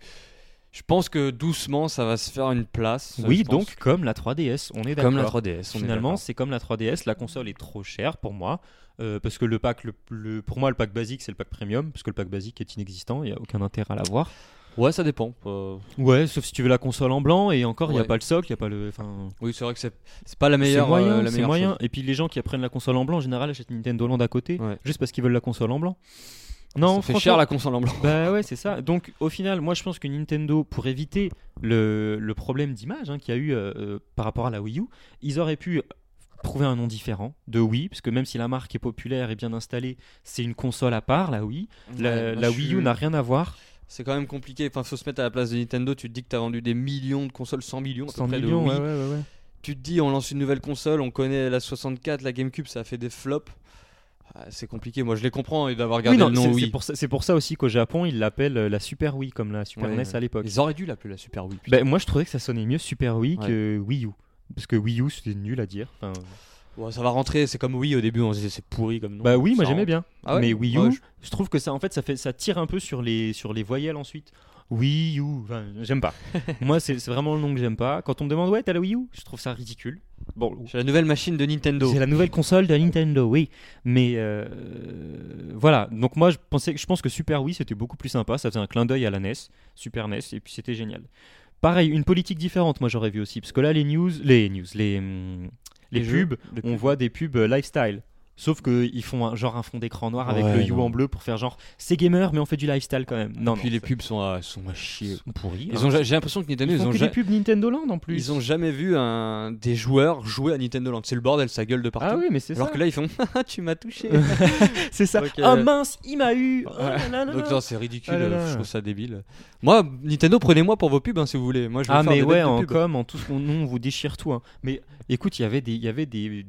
Speaker 2: je pense que doucement, ça va se faire une place. euh,
Speaker 1: oui,
Speaker 2: je pense.
Speaker 1: donc comme la 3DS, on est d'accord.
Speaker 2: comme la 3DS. on est
Speaker 1: Finalement,
Speaker 2: d'accord.
Speaker 1: c'est comme la 3DS, la console est trop chère pour moi, euh, parce que le pack, le, le- pour moi, le pack basique, c'est le pack premium, parce que le pack basique est inexistant, il n'y a aucun intérêt à l'avoir.
Speaker 2: ouais, ça dépend. euh,
Speaker 1: Ouais, sauf si tu veux la console en blanc, et encore, il n'y a
Speaker 2: Ouais.
Speaker 1: pas le socle, il n'y a pas le... Enfin,
Speaker 2: Oui, c'est vrai que c'est c'est pas la
Speaker 1: c'est
Speaker 2: meilleure. euh,
Speaker 1: moyen,
Speaker 2: la
Speaker 1: c'est
Speaker 2: meilleure
Speaker 1: moyen.
Speaker 2: chose.
Speaker 1: Et puis les gens qui apprennent la console en blanc, en général, achètent Nintendo Land à côté,
Speaker 2: Ouais.
Speaker 1: juste parce qu'ils veulent la console en blanc. Non,
Speaker 2: ça fait
Speaker 1: franchement,
Speaker 2: cher la console en blanc.
Speaker 1: Bah ouais, c'est ça. Donc au final, moi je pense que Nintendo, pour éviter le, le problème d'image hein, qu'il y a eu euh, euh, par rapport à la Wii U, ils auraient pu trouver un nom différent de Wii, parce que même si la marque est populaire et bien installée, c'est une console à part, la Wii. La,
Speaker 2: Ouais, moi,
Speaker 1: la
Speaker 2: je
Speaker 1: Wii
Speaker 2: suis-
Speaker 1: U n'a rien à voir.
Speaker 2: C'est quand même compliqué. Enfin, faut se mettre à la place de Nintendo. Tu te dis que t'as vendu des millions de consoles, 100 millions, à peu
Speaker 1: 100
Speaker 2: près, de
Speaker 1: millions,
Speaker 2: Wii.
Speaker 1: ouais, ouais, ouais, ouais.
Speaker 2: Tu te dis, on lance une nouvelle console. On connaît la 64, la GameCube, ça a fait des flops. Ah, c'est compliqué. Moi, je les comprends et d'avoir
Speaker 1: Oui,
Speaker 2: gardé
Speaker 1: non,
Speaker 2: le nom
Speaker 1: c'est-
Speaker 2: Wii.
Speaker 1: c'est pour, ça- c'est pour ça aussi qu'au Japon, ils l'appellent euh, la Super Wii, comme la Super
Speaker 2: Ouais,
Speaker 1: NES
Speaker 2: ouais.
Speaker 1: à l'époque.
Speaker 2: Ils auraient dû l'appeler la Super Wii. putain.
Speaker 1: Ben, moi je trouvais que ça sonnait mieux Super Wii
Speaker 2: Ouais.
Speaker 1: que Wii U. Parce que Wii U c'était nul à dire. Enfin,
Speaker 2: Ouais, Bah, ça va rentrer. C'est comme Wii au début. On se disait, c'est pourri comme nom.
Speaker 1: bah oui, moi
Speaker 2: Ça
Speaker 1: j'aimais
Speaker 2: rentre.
Speaker 1: bien.
Speaker 2: Ah ouais
Speaker 1: mais Wii U,
Speaker 2: Ouais, je-
Speaker 1: je trouve que ça, en fait, ça fait, ça tire un peu sur les, sur les voyelles ensuite. Wii U, enfin, j'aime pas. Moi, c'est c'est vraiment le nom que j'aime pas. Quand on me demande, ouais, t'as la Wii U, je trouve ça ridicule. Bon,
Speaker 2: J'ai la nouvelle machine de Nintendo.
Speaker 1: c'est la nouvelle console de Nintendo, oui. Mais euh, voilà. Donc moi, je pensais, je pense que Super Wii c'était beaucoup plus sympa. Ça faisait un clin d'œil à la NES, Super NES, et puis c'était génial. Pareil, une politique différente, moi j'aurais vu aussi, parce que là les news, les news, les hum, les,
Speaker 2: Les jeux,
Speaker 1: pubs,
Speaker 2: les
Speaker 1: on voit des pubs euh, lifestyle. Sauf que ils font un, genre un fond d'écran noir avec
Speaker 2: Ouais,
Speaker 1: le U
Speaker 2: non.
Speaker 1: en bleu pour faire genre c'est gamer mais on fait du lifestyle quand même. Non,
Speaker 2: Puis
Speaker 1: non,
Speaker 2: les
Speaker 1: ça-
Speaker 2: pubs sont à, sont à chier.
Speaker 1: sont pourris.
Speaker 2: Ils
Speaker 1: hein.
Speaker 2: ont, j'ai l'impression que Nintendo,
Speaker 1: Ils
Speaker 2: ils
Speaker 1: font
Speaker 2: ont
Speaker 1: que
Speaker 2: ja-
Speaker 1: des pubs Nintendo Land en plus.
Speaker 2: Ils ont jamais vu un des joueurs jouer à Nintendo Land. C'est le bordel, ça gueule de partout.
Speaker 1: Ah oui, mais c'est ça.
Speaker 2: Alors que là, ils font Haha, tu m'as touché.
Speaker 1: c'est ça.
Speaker 2: Donc,
Speaker 1: Ah
Speaker 2: euh,
Speaker 1: mince, il m'a eu. Oh
Speaker 2: Ouais.
Speaker 1: là là là
Speaker 2: Donc
Speaker 1: là.
Speaker 2: non, c'est ridicule, euh,
Speaker 1: Ah là là.
Speaker 2: je trouve ça débile. Moi, Nintendo, prenez-moi pour vos pubs hein, si vous voulez. Moi, je vais
Speaker 1: Ah
Speaker 2: faire
Speaker 1: mais
Speaker 2: des
Speaker 1: ouais,
Speaker 2: bêtes de
Speaker 1: en
Speaker 2: pub.
Speaker 1: com, en tout ce qu'on nous, on vous déchire tout. hein. Mais écoute, il y avait des, il y avait des, des-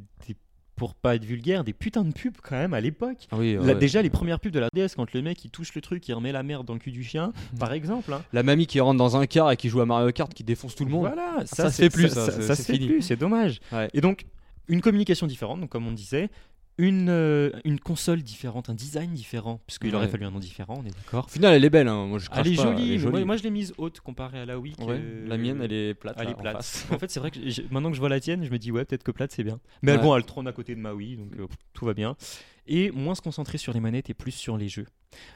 Speaker 1: pour pas être vulgaire, des putains de pubs quand même à l'époque.
Speaker 2: Ah oui,
Speaker 1: Là,
Speaker 2: ouais.
Speaker 1: Déjà les premières pubs de la DS quand le mec il touche le truc, il remet la merde dans le cul du chien, par exemple. hein.
Speaker 2: La mamie qui rentre dans un car et qui joue à Mario Kart, qui défonce tout le monde.
Speaker 1: Voilà,
Speaker 2: ça se
Speaker 1: c'est-
Speaker 2: fait plus,
Speaker 1: Ah, ça, ça-
Speaker 2: ça, c'est-
Speaker 1: ça se
Speaker 2: c'est
Speaker 1: fait
Speaker 2: fini.
Speaker 1: plus, c'est dommage.
Speaker 2: Ouais.
Speaker 1: Et donc une communication différente, donc comme on disait, une euh, une console différente, un design différent, parce qu'il aurait
Speaker 2: Ouais.
Speaker 1: fallu un nom différent, on est d'accord.
Speaker 2: Au final, elle est belle. hein. Moi, je crache
Speaker 1: Elle est
Speaker 2: pas,
Speaker 1: jolie, mais moi-
Speaker 2: jolie.
Speaker 1: Moi, je l'ai mise haute comparée à la Wii. qui,
Speaker 2: Ouais,
Speaker 1: euh,
Speaker 2: La mienne, elle est plate.
Speaker 1: elle
Speaker 2: là,
Speaker 1: est
Speaker 2: en
Speaker 1: plate.
Speaker 2: face.
Speaker 1: En fait, c'est vrai que j'ai- maintenant que je vois la tienne, je me dis ouais, peut-être que plate c'est bien. Mais elle-
Speaker 2: Ouais.
Speaker 1: bon, elle trône à côté de ma Wii, donc euh, tout va bien. Et moins se concentrer sur les manettes et plus sur les jeux.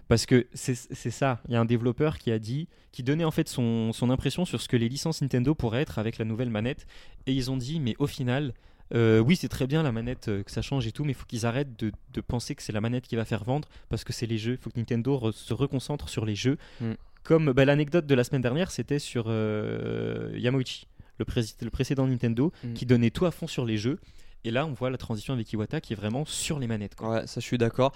Speaker 1: Parce que c'est c'est ça, il y a un développeur qui a dit, qui donnait en fait son, son impression sur ce que les licences Nintendo pourraient être avec la nouvelle manette. Et ils ont dit, mais au final, euh, oui, c'est très bien la manette, euh, que ça change et tout, mais il faut qu'ils arrêtent de, de penser que c'est la manette qui va faire vendre parce que c'est les jeux. Il faut que Nintendo re- se reconcentre sur les jeux.
Speaker 2: Mm.
Speaker 1: Comme bah, l'anecdote de la semaine dernière, c'était sur euh, Yamauchi, le, pré- le précédent Nintendo,
Speaker 2: Mm.
Speaker 1: qui donnait tout à fond sur les jeux. Et là, on voit la transition avec Iwata qui est vraiment sur les manettes. Quoi.
Speaker 2: Ouais, ça je suis d'accord.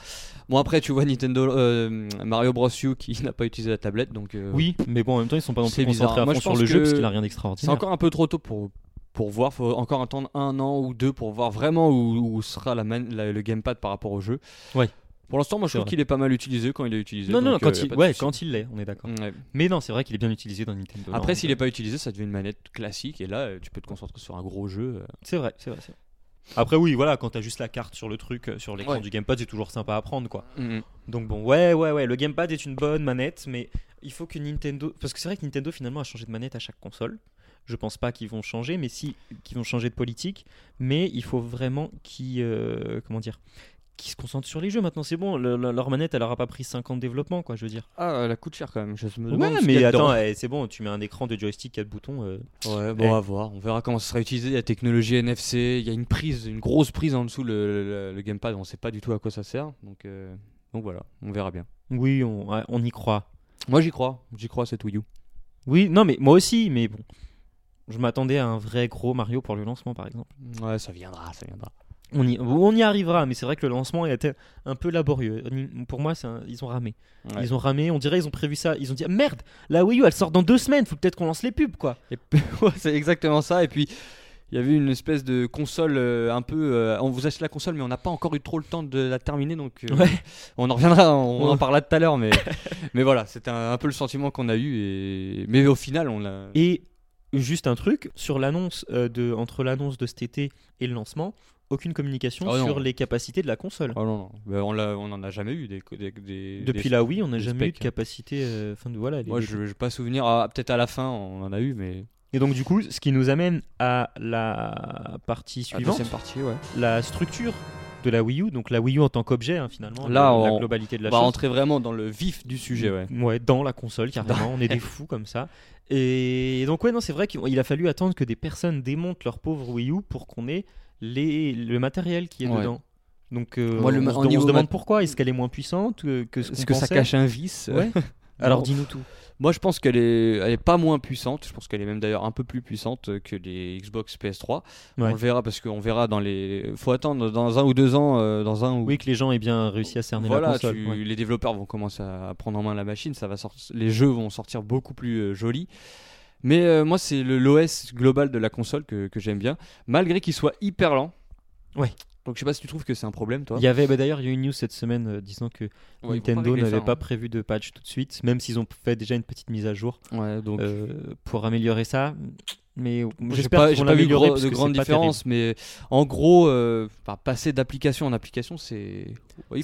Speaker 2: Bon après tu vois Nintendo euh, Mario Bros U qui n'a pas utilisé la tablette donc euh,
Speaker 1: Oui, mais bon, en même temps, ils sont pas non plus
Speaker 2: C'est bizarre.
Speaker 1: concentrés à
Speaker 2: Moi,
Speaker 1: fond
Speaker 2: je
Speaker 1: sur
Speaker 2: pense
Speaker 1: le jeu
Speaker 2: que
Speaker 1: parce qu'il a rien
Speaker 2: c'est
Speaker 1: d'extraordinaire.
Speaker 2: encore un peu trop tôt pour pour voir, faut encore attendre un an ou deux pour voir vraiment où, où sera la man- la- le gamepad par rapport au jeu.
Speaker 1: Ouais.
Speaker 2: Pour l'instant, moi je
Speaker 1: C'est
Speaker 2: trouve
Speaker 1: vrai.
Speaker 2: qu'il est pas mal utilisé quand il est utilisé.
Speaker 1: Non, non,
Speaker 2: donc,
Speaker 1: non,
Speaker 2: euh,
Speaker 1: quand,
Speaker 2: y a
Speaker 1: il...
Speaker 2: pas de
Speaker 1: ouais,
Speaker 2: souci.
Speaker 1: quand il l'est, on est d'accord.
Speaker 2: Ouais. bah,
Speaker 1: Mais non, c'est vrai qu'il est bien utilisé dans Nintendo.
Speaker 2: Après,
Speaker 1: Land.
Speaker 2: s'il est pas utilisé, ça devient une manette classique et là euh, tu peux te concentrer sur un gros jeu. euh.
Speaker 1: C'est vrai, c'est vrai. c'est vrai. Après, oui, voilà, quand t'as juste la carte sur le truc, euh, sur l'écran
Speaker 2: Ouais.
Speaker 1: du gamepad, c'est toujours sympa à prendre, quoi.
Speaker 2: euh. Mm-hmm.
Speaker 1: Donc bon, ouais, ouais, ouais, le gamepad est une bonne manette, mais il faut que Nintendo... Parce que c'est vrai que Nintendo, finalement, a changé de manette à chaque console. Je pense pas qu'ils vont changer, mais si, qu'ils vont changer de politique. Mais il faut vraiment qu'ils... euh, comment dire Qu'ils se concentrent sur les jeux. Maintenant, c'est bon, le- le- leur manette, elle aura pas pris 5 ans de développement, quoi, je veux dire.
Speaker 2: Ah, elle coûte cher quand même. Je me demande
Speaker 1: Ouais,
Speaker 2: ce qu'il y
Speaker 1: mais
Speaker 2: a dedans.
Speaker 1: attends, eh, c'est bon, tu mets un écran de joystick, 4 boutons... euh,
Speaker 2: Ouais, bon,
Speaker 1: Eh.
Speaker 2: à voir. On verra comment ça sera utilisé. La technologie NFC, il y a une prise, une grosse prise en dessous le, le- le gamepad. On sait pas du tout à quoi ça sert. Donc, euh, donc voilà, on verra bien.
Speaker 1: Oui, on, ouais, on y croit.
Speaker 2: Moi, j'y crois. J'y crois, c'est Wii U.
Speaker 1: Oui, non, mais moi aussi, mais bon. Je m'attendais à un vrai gros Mario pour le lancement, par exemple.
Speaker 2: Ouais, ça viendra, ça viendra.
Speaker 1: On y, on y arrivera, mais c'est vrai que le lancement a été un peu laborieux. Pour moi, c'est un- ils ont ramé.
Speaker 2: Ouais.
Speaker 1: Ils ont ramé, on dirait ils ont prévu ça. Ils ont dit merde, la Wii U elle sort dans deux semaines, faut peut-être qu'on lance les pubs quoi.
Speaker 2: Et puis- ouais, c'est exactement ça. Et puis, il y avait une espèce de console euh, un peu. euh, on vous achète la console, mais on n'a pas encore eu trop le temps de la terminer. Donc, euh,
Speaker 1: Ouais.
Speaker 2: on en reviendra, on,
Speaker 1: Ouais.
Speaker 2: en parlera tout à l'heure. Mais, mais voilà, c'était un, un peu le sentiment qu'on a eu. Et, mais au final, on l'a.
Speaker 1: Et juste un truc sur l'annonce euh, de entre l'annonce de cet été et le lancement, aucune communication
Speaker 2: Oh non.
Speaker 1: sur les capacités de la console.
Speaker 2: Oh non, non. Bah, on l'a- on n'en a jamais eu des. des- des-
Speaker 1: Depuis
Speaker 2: des-
Speaker 1: la Wii, on n'a
Speaker 2: des
Speaker 1: jamais eu de
Speaker 2: specs.
Speaker 1: capacité. euh, Enfin de- voilà. les-
Speaker 2: Moi,
Speaker 1: les-
Speaker 2: je n'ai pas souvenir. Ah, Peut-être à la fin, on en a eu, mais.
Speaker 1: Et donc du coup, ce qui nous amène à la partie
Speaker 2: La
Speaker 1: suivante,
Speaker 2: deuxième partie, ouais.
Speaker 1: la structure de la Wii U. Donc la Wii U en tant qu'objet hein, finalement.
Speaker 2: Là,
Speaker 1: le- la
Speaker 2: on-
Speaker 1: globalité de la
Speaker 2: On va
Speaker 1: chose. Mm,
Speaker 2: rentrer vraiment dans le vif du sujet, ouais.
Speaker 1: dans la console carrément. on est des fous comme ça. Et donc ouais, non, c'est vrai qu'il a fallu attendre que des personnes démontent leur pauvre Wii U pour qu'on ait les, le matériel qui est
Speaker 2: Ouais.
Speaker 1: dedans. Donc euh,
Speaker 2: Moi,
Speaker 1: on,
Speaker 2: le ma-
Speaker 1: se-
Speaker 2: au
Speaker 1: on se
Speaker 2: niveau
Speaker 1: demande
Speaker 2: mat-
Speaker 1: pourquoi. Est-ce qu'elle est moins puissante euh, que ce
Speaker 2: Est-ce
Speaker 1: qu'on
Speaker 2: que ça
Speaker 1: pensait
Speaker 2: cache un vice euh,
Speaker 1: Ouais. Alors dis-nous tout.
Speaker 2: Moi, je pense qu'elle est, elle est pas moins puissante. Je pense qu'elle est même d'ailleurs un peu plus puissante euh, que les Xbox PS3.
Speaker 1: Ouais.
Speaker 2: On le verra parce qu'on verra dans les. Faut attendre dans un ou deux ans, euh, dans un ou.
Speaker 1: Oui, que les gens aient bien réussi à cerner la
Speaker 2: Voilà,
Speaker 1: console.
Speaker 2: tu-
Speaker 1: ouais.
Speaker 2: les développeurs vont commencer à prendre en main la machine. Ça va sortir, les jeux vont sortir beaucoup plus euh, jolis. Mais euh, moi, c'est le- l'OS global de la console que, que j'aime bien, malgré qu'il soit hyper lent.
Speaker 1: Ouais.
Speaker 2: Donc je sais pas si tu trouves que c'est un problème, toi.
Speaker 1: Il y avait bah, d'ailleurs il y a eu une news cette semaine euh, disant que
Speaker 2: Ouais, ils vont pas
Speaker 1: Nintendo
Speaker 2: régler ça,
Speaker 1: n'avait
Speaker 2: hein.
Speaker 1: pas prévu de patch tout de suite, même s'ils ont fait déjà une petite mise à jour
Speaker 2: hein. Ouais, donc
Speaker 1: euh, pour améliorer ça. Mais
Speaker 2: J'ai
Speaker 1: j'espère
Speaker 2: pas,
Speaker 1: qu'ils
Speaker 2: j'ai
Speaker 1: vont
Speaker 2: pas vu
Speaker 1: l'améliorer
Speaker 2: gros-
Speaker 1: parce
Speaker 2: de
Speaker 1: que c'est
Speaker 2: grandes
Speaker 1: pas terrible.
Speaker 2: différences, mais en gros, euh, enfin, passer d'application en application, c'est. Il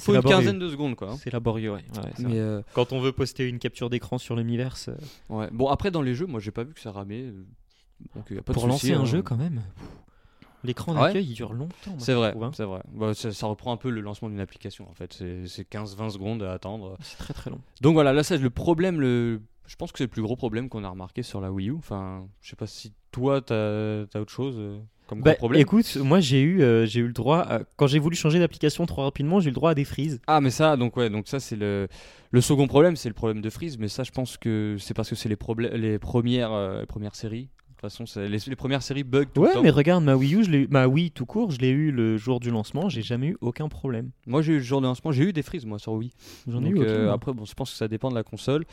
Speaker 1: C'est
Speaker 2: faut une
Speaker 1: laborieux.
Speaker 2: quinzaine de secondes, quoi. hein.
Speaker 1: C'est laborieux, ouais. Ouais, c'est
Speaker 2: Mais, euh,
Speaker 1: Quand on veut poster une capture d'écran sur l'universe, euh,
Speaker 2: ouais. Bon, après, dans les jeux, moi, j'ai pas vu que ça ramait. euh, Donc, y a pas de
Speaker 1: pour
Speaker 2: souci,
Speaker 1: lancer un
Speaker 2: hein.
Speaker 1: jeu quand même, pff, l'écran
Speaker 2: Ah ouais
Speaker 1: d'accueil il dure longtemps. moi,
Speaker 2: C'est
Speaker 1: je
Speaker 2: vrai,
Speaker 1: trouve, hein.
Speaker 2: c'est vrai. Bah, ça, ça reprend un peu le lancement d'une application, en fait. C'est c'est 15-20 secondes à attendre.
Speaker 1: C'est très très long.
Speaker 2: Donc voilà, là, c'est le problème. Le... Je pense que c'est le plus gros problème qu'on a remarqué sur la Wii U. Enfin, je sais pas si toi, t'as as autre chose euh, comme gros
Speaker 1: Bah,
Speaker 2: problème.
Speaker 1: écoute, moi j'ai eu, euh, j'ai eu le droit, à- quand j'ai voulu changer d'application trop rapidement, j'ai eu le droit à des frises.
Speaker 2: Ah mais ça donc ouais donc ça c'est le le second problème c'est le problème de freeze mais ça je pense que c'est parce que c'est les problèmes les premières euh, les premières séries de toute façon c'est- les, les premières séries bug tout le
Speaker 1: Ouais,
Speaker 2: temps.
Speaker 1: mais regarde, ma Wii U, je l'ai eu- ma Wii tout court, je l'ai eu le jour du lancement, j'ai jamais eu aucun problème.
Speaker 2: moi j'ai eu le jour de lancement j'ai eu des freezes moi sur Wii
Speaker 1: J'en ai
Speaker 2: Donc,
Speaker 1: eu aucun.
Speaker 2: euh,
Speaker 1: moi.
Speaker 2: après bon je pense que ça dépend de la console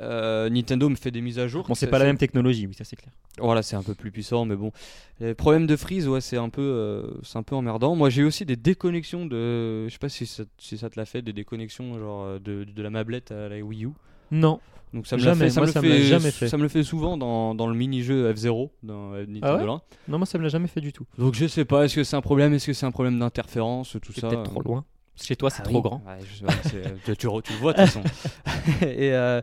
Speaker 2: Euh, Nintendo me fait des mises à jour
Speaker 1: Bon, c'est
Speaker 2: Ça-
Speaker 1: pas la
Speaker 2: ça-
Speaker 1: même technologie, oui, ça c'est clair.
Speaker 2: Voilà, c'est un peu plus puissant, mais bon. Les problèmes de freeze, ouais, c'est un peu, euh, c'est un peu emmerdant. Moi, j'ai eu aussi des déconnexions de, je sais pas si ça, si ça te l'a fait, des déconnexions genre euh, de, de la mablette à la Wii U.
Speaker 1: Non.
Speaker 2: Donc ça me l'a
Speaker 1: Jamais,
Speaker 2: fait, ça
Speaker 1: moi,
Speaker 2: me
Speaker 1: ça
Speaker 2: le
Speaker 1: me l'a
Speaker 2: fait,
Speaker 1: jamais fait.
Speaker 2: ça me le fait souvent dans, dans le mini-jeu F0 dans euh, Nintendo
Speaker 1: Ah ouais
Speaker 2: 1.
Speaker 1: Non, moi ça me l'a jamais fait du tout.
Speaker 2: Donc je sais pas, est-ce que c'est un problème, est-ce que c'est un problème d'interférence, tout
Speaker 1: C'est
Speaker 2: ça.
Speaker 1: peut-être trop loin. Chez toi, c'est
Speaker 2: Ah
Speaker 1: trop grand.
Speaker 2: Ouais, je sais pas, c'est- euh, tu, tu re- tu le vois de toute façon. et, euh,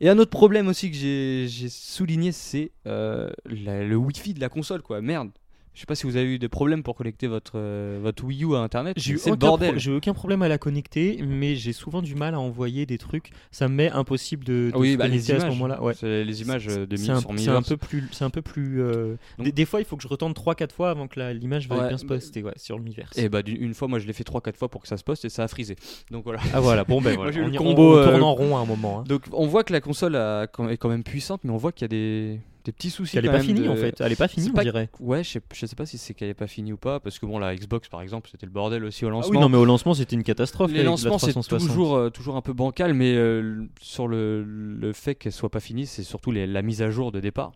Speaker 2: et un autre problème aussi que j'ai, j'ai souligné, c'est euh, la- le Wi-Fi de la console, quoi. Merde. Je sais pas si vous avez eu des problèmes pour connecter votre, euh, votre Wii U à Internet.
Speaker 1: J'ai
Speaker 2: mais
Speaker 1: eu,
Speaker 2: c'est le
Speaker 1: aucun
Speaker 2: bordel.
Speaker 1: pro- j'ai eu aucun problème à la connecter, mais j'ai souvent du mal à envoyer des trucs. Ça me met impossible de, de
Speaker 2: Ah oui,
Speaker 1: se
Speaker 2: bah, les
Speaker 1: connecter à
Speaker 2: images.
Speaker 1: ce moment-là. Ouais.
Speaker 2: C'est les images euh, de
Speaker 1: C'est
Speaker 2: 1000
Speaker 1: un-
Speaker 2: sur 1000
Speaker 1: C'est un peu plus. C'est un peu plus euh,
Speaker 2: Donc-
Speaker 1: des, des fois, il faut que je retente 3-4 fois avant que la- l'image veuille
Speaker 2: Ouais,
Speaker 1: bien se
Speaker 2: bah-
Speaker 1: poster ouais, sur l'univers.
Speaker 2: Et bah, d'une- une fois, moi je l'ai fait 3-4 fois pour que ça se poste et ça a frisé. Donc voilà.
Speaker 1: Ah voilà, bon ben
Speaker 2: Moi,
Speaker 1: voilà.
Speaker 2: j'ai eu
Speaker 1: on,
Speaker 2: le
Speaker 1: y-
Speaker 2: combo,
Speaker 1: on- on tourne
Speaker 2: euh,
Speaker 1: en rond à un moment. hein.
Speaker 2: Donc on voit que la console a- quand- est quand même puissante, mais on voit qu'il y a des, des petits soucis.
Speaker 1: Elle est
Speaker 2: quand
Speaker 1: pas
Speaker 2: même
Speaker 1: finie
Speaker 2: de-
Speaker 1: en fait. Elle est pas finie,
Speaker 2: c'est
Speaker 1: on
Speaker 2: pas-
Speaker 1: dirait.
Speaker 2: Ouais, je sais, je sais pas si c'est qu'elle est pas finie ou pas, parce que bon, la Xbox par exemple, c'était le bordel aussi au
Speaker 1: Ah
Speaker 2: lancement.
Speaker 1: oui, non, mais au lancement, c'était une catastrophe.
Speaker 2: Les
Speaker 1: la- la
Speaker 2: lancements, c'est
Speaker 1: 360.
Speaker 2: toujours, euh, toujours un peu bancal, mais euh, l- sur le, le fait qu'elle soit pas finie, c'est surtout les- la mise à jour de départ.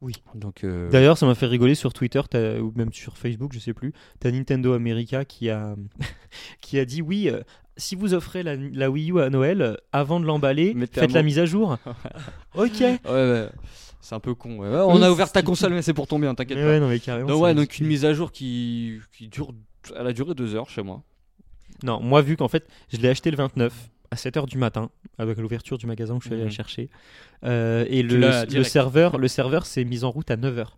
Speaker 1: Oui.
Speaker 2: Donc, euh,
Speaker 1: D'ailleurs, ça m'a fait rigoler sur Twitter t'as- ou même sur Facebook, je sais plus. T'as Nintendo America qui a qui a dit oui. euh, si vous offrez la, la Wii U à Noël, euh, avant de l'emballer,
Speaker 2: Mettez un
Speaker 1: faites la
Speaker 2: mot.
Speaker 1: mise à jour. ok.
Speaker 2: ouais, ouais, c'est un peu con. ouais. Ouais, on a ouvert ta console, mais c'est pour ton bien, t'inquiète
Speaker 1: Mais
Speaker 2: pas.
Speaker 1: ouais, non, mais carrément.
Speaker 2: donc,
Speaker 1: ça-
Speaker 2: ouais, donc une mise à jour qui, qui dure. Elle a duré deux heures chez moi.
Speaker 1: Non, moi, vu qu'en fait, je l'ai acheté le 29 à 7h du matin, avec l'ouverture du magasin que je suis allé
Speaker 2: Mhm.
Speaker 1: la chercher. Euh, et le,
Speaker 2: l'as
Speaker 1: le
Speaker 2: direct.
Speaker 1: serveur, le serveur s'est mis en route à 9h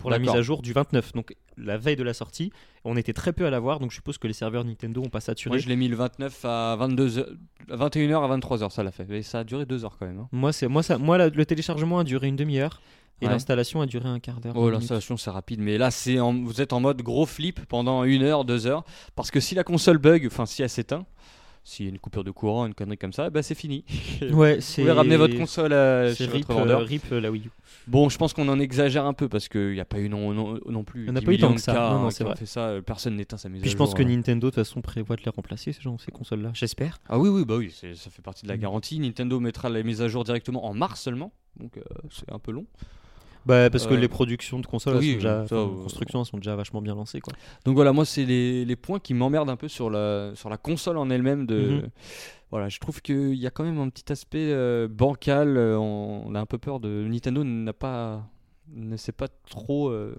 Speaker 1: pour la mise
Speaker 2: D'accord.
Speaker 1: à jour du 29. Donc, la veille de la sortie, on était très peu à l'avoir, donc je suppose que les serveurs Nintendo ont pas saturé.
Speaker 2: Moi, je l'ai mis le 29 à 22 heures- 21h à 23h, ça l'a fait. Et ça a duré deux heures quand même. hein.
Speaker 1: Moi, c'est moi, ça, moi la- le téléchargement a duré une demi-heure et
Speaker 2: Ouais.
Speaker 1: l'installation a duré un quart d'heure.
Speaker 2: Oh,
Speaker 1: vingt minutes.
Speaker 2: l'installation c'est rapide, mais là c'est en- vous êtes en mode gros flip pendant une heure, deux heures, parce que si la console bug, enfin si elle s'éteint, s'il y a une coupure de courant, une connerie comme ça, bah c'est fini.
Speaker 1: Ouais,
Speaker 2: Vous pouvez ramener votre console à-
Speaker 1: C'est
Speaker 2: chez
Speaker 1: rip,
Speaker 2: votre
Speaker 1: euh,
Speaker 2: vendeur.
Speaker 1: rip, euh, la Wii U.
Speaker 2: Bon, je pense qu'on en exagère un peu parce qu'il n'y a pas eu non, non, non plus.
Speaker 1: Il y en a
Speaker 2: 10
Speaker 1: pas eu tant
Speaker 2: millions
Speaker 1: que
Speaker 2: de
Speaker 1: ça.
Speaker 2: Cas,
Speaker 1: Non, non,
Speaker 2: hein,
Speaker 1: c'est
Speaker 2: qui ont
Speaker 1: vrai.
Speaker 2: fait ça, euh, personne n'éteint sa mise
Speaker 1: Puis
Speaker 2: à
Speaker 1: je pense
Speaker 2: jour,
Speaker 1: que
Speaker 2: hein.
Speaker 1: Nintendo, de toute façon, prévoit de les remplacer, ces, gens, ces consoles-là. J'espère.
Speaker 2: Ah oui, oui, bah oui, c'est- ça fait partie de la
Speaker 1: Mm.
Speaker 2: garantie. Nintendo mettra les mises à jour directement en mars seulement. Donc euh, c'est un peu long.
Speaker 1: Bah, parce que
Speaker 2: Euh,
Speaker 1: les productions de consoles, elles
Speaker 2: oui,
Speaker 1: sont déjà,
Speaker 2: ça,
Speaker 1: enfin,
Speaker 2: euh,
Speaker 1: constructions, elles sont déjà vachement bien lancées. Quoi.
Speaker 2: Donc voilà, moi c'est les, les points qui m'emmerdent un peu sur la, sur la console en elle-même. De...
Speaker 1: Mhm.
Speaker 2: Voilà, je trouve qu'il y a quand même un petit aspect euh, bancal. euh, on, on a un peu peur de... Nintendo n'a pas... ne sait pas trop... euh,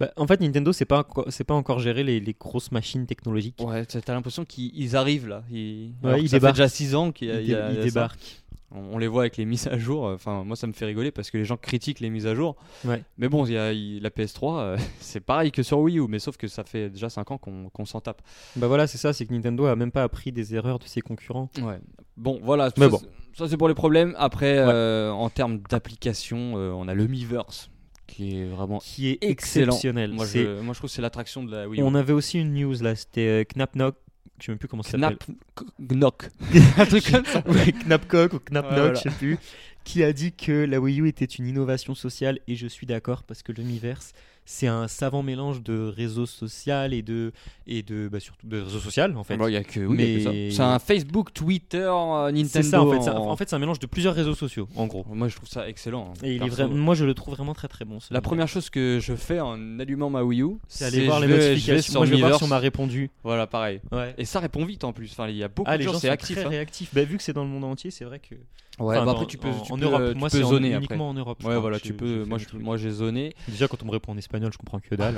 Speaker 1: Bah, en fait, Nintendo, c'est pas, enco- c'est pas encore géré les, les grosses machines technologiques.
Speaker 2: Ouais, t'as t'as l'impression qu'ils ils arrivent là. Ils,
Speaker 1: Ouais,
Speaker 2: alors que
Speaker 1: ils
Speaker 2: ça fait
Speaker 1: débarquent.
Speaker 2: déjà 6 ans qu'il y a,
Speaker 1: Ils
Speaker 2: il y a-
Speaker 1: dé-
Speaker 2: il y
Speaker 1: ils
Speaker 2: a ça.
Speaker 1: débarquent.
Speaker 2: On, on les voit avec les mises à jour. euh, Enfin, moi, ça me fait rigoler parce que les gens critiquent les mises à jour.
Speaker 1: Ouais.
Speaker 2: Mais bon, il y a, il- la PS3, euh, c'est pareil que sur Wii U, mais sauf que ça fait déjà 5 ans qu'on qu'on s'en tape.
Speaker 1: Bah voilà, c'est ça, c'est que Nintendo a même pas appris des erreurs de ses concurrents.
Speaker 2: Ouais. Bon, voilà.
Speaker 1: Mais
Speaker 2: ça,
Speaker 1: bon.
Speaker 2: c'est- Ça, c'est pour les problèmes. Après, euh, en termes d'application, euh, on a le Miiverse qui est vraiment
Speaker 1: Qui est
Speaker 2: Excellent.
Speaker 1: exceptionnel.
Speaker 2: Moi,
Speaker 1: C'est-
Speaker 2: je, moi, je trouve que c'est l'attraction de la Wii U.
Speaker 1: On avait aussi une news là, c'était euh, Knapnock. Je sais même plus comment ça s'appelle.
Speaker 2: Snap Knock. Un truc comme ça.
Speaker 1: Ouais, Knapcock ou Knapnock,
Speaker 2: Ouais, voilà.
Speaker 1: je sais plus, qui a dit que la Wii U était une innovation sociale et je suis d'accord parce que l'Universe, c'est un savant mélange de réseau social et de et de bah, surtout de réseau social en fait.
Speaker 2: Bon, il y a que, oui, il y a que
Speaker 1: Mais-
Speaker 2: ça. C'est un Facebook, Twitter, euh, Nintendo.
Speaker 1: c'est ça en fait, c'est un- en fait c'est un mélange de plusieurs réseaux sociaux en gros.
Speaker 2: Moi, je trouve ça excellent. hein.
Speaker 1: Et il est
Speaker 2: Perso,
Speaker 1: vraiment, moi je le trouve vraiment très très bon. ce
Speaker 2: La
Speaker 1: Miiverse.
Speaker 2: première chose que je fais en allumant ma Wii U,
Speaker 1: c'est aller voir
Speaker 2: je
Speaker 1: les
Speaker 2: vais- je vais
Speaker 1: notifications.
Speaker 2: sur
Speaker 1: Moi je vais voir si on
Speaker 2: Miiverse.
Speaker 1: m'a répondu.
Speaker 2: Voilà, pareil.
Speaker 1: Ouais.
Speaker 2: Et ça répond vite en plus. Enfin, il y a beaucoup
Speaker 1: Ah
Speaker 2: de
Speaker 1: les
Speaker 2: gens,
Speaker 1: gens
Speaker 2: c'est
Speaker 1: sont
Speaker 2: actif.
Speaker 1: très
Speaker 2: hein.
Speaker 1: réactifs. Bah vu que c'est dans le monde entier, c'est vrai que.
Speaker 2: Ouais,
Speaker 1: Enfin,
Speaker 2: bah
Speaker 1: dans-
Speaker 2: après, tu peux,
Speaker 1: en,
Speaker 2: tu
Speaker 1: en
Speaker 2: peux- euh,
Speaker 1: Europe,
Speaker 2: tu
Speaker 1: moi
Speaker 2: peux
Speaker 1: c'est en-
Speaker 2: zoner après.
Speaker 1: uniquement en Europe. je
Speaker 2: Ouais,
Speaker 1: crois
Speaker 2: voilà,
Speaker 1: que
Speaker 2: tu
Speaker 1: je-
Speaker 2: peux.
Speaker 1: je
Speaker 2: Moi,
Speaker 1: fais le
Speaker 2: je,
Speaker 1: truc.
Speaker 2: moi, j'ai zoné.
Speaker 1: Déjà quand on me répond en espagnol, je comprends que dalle.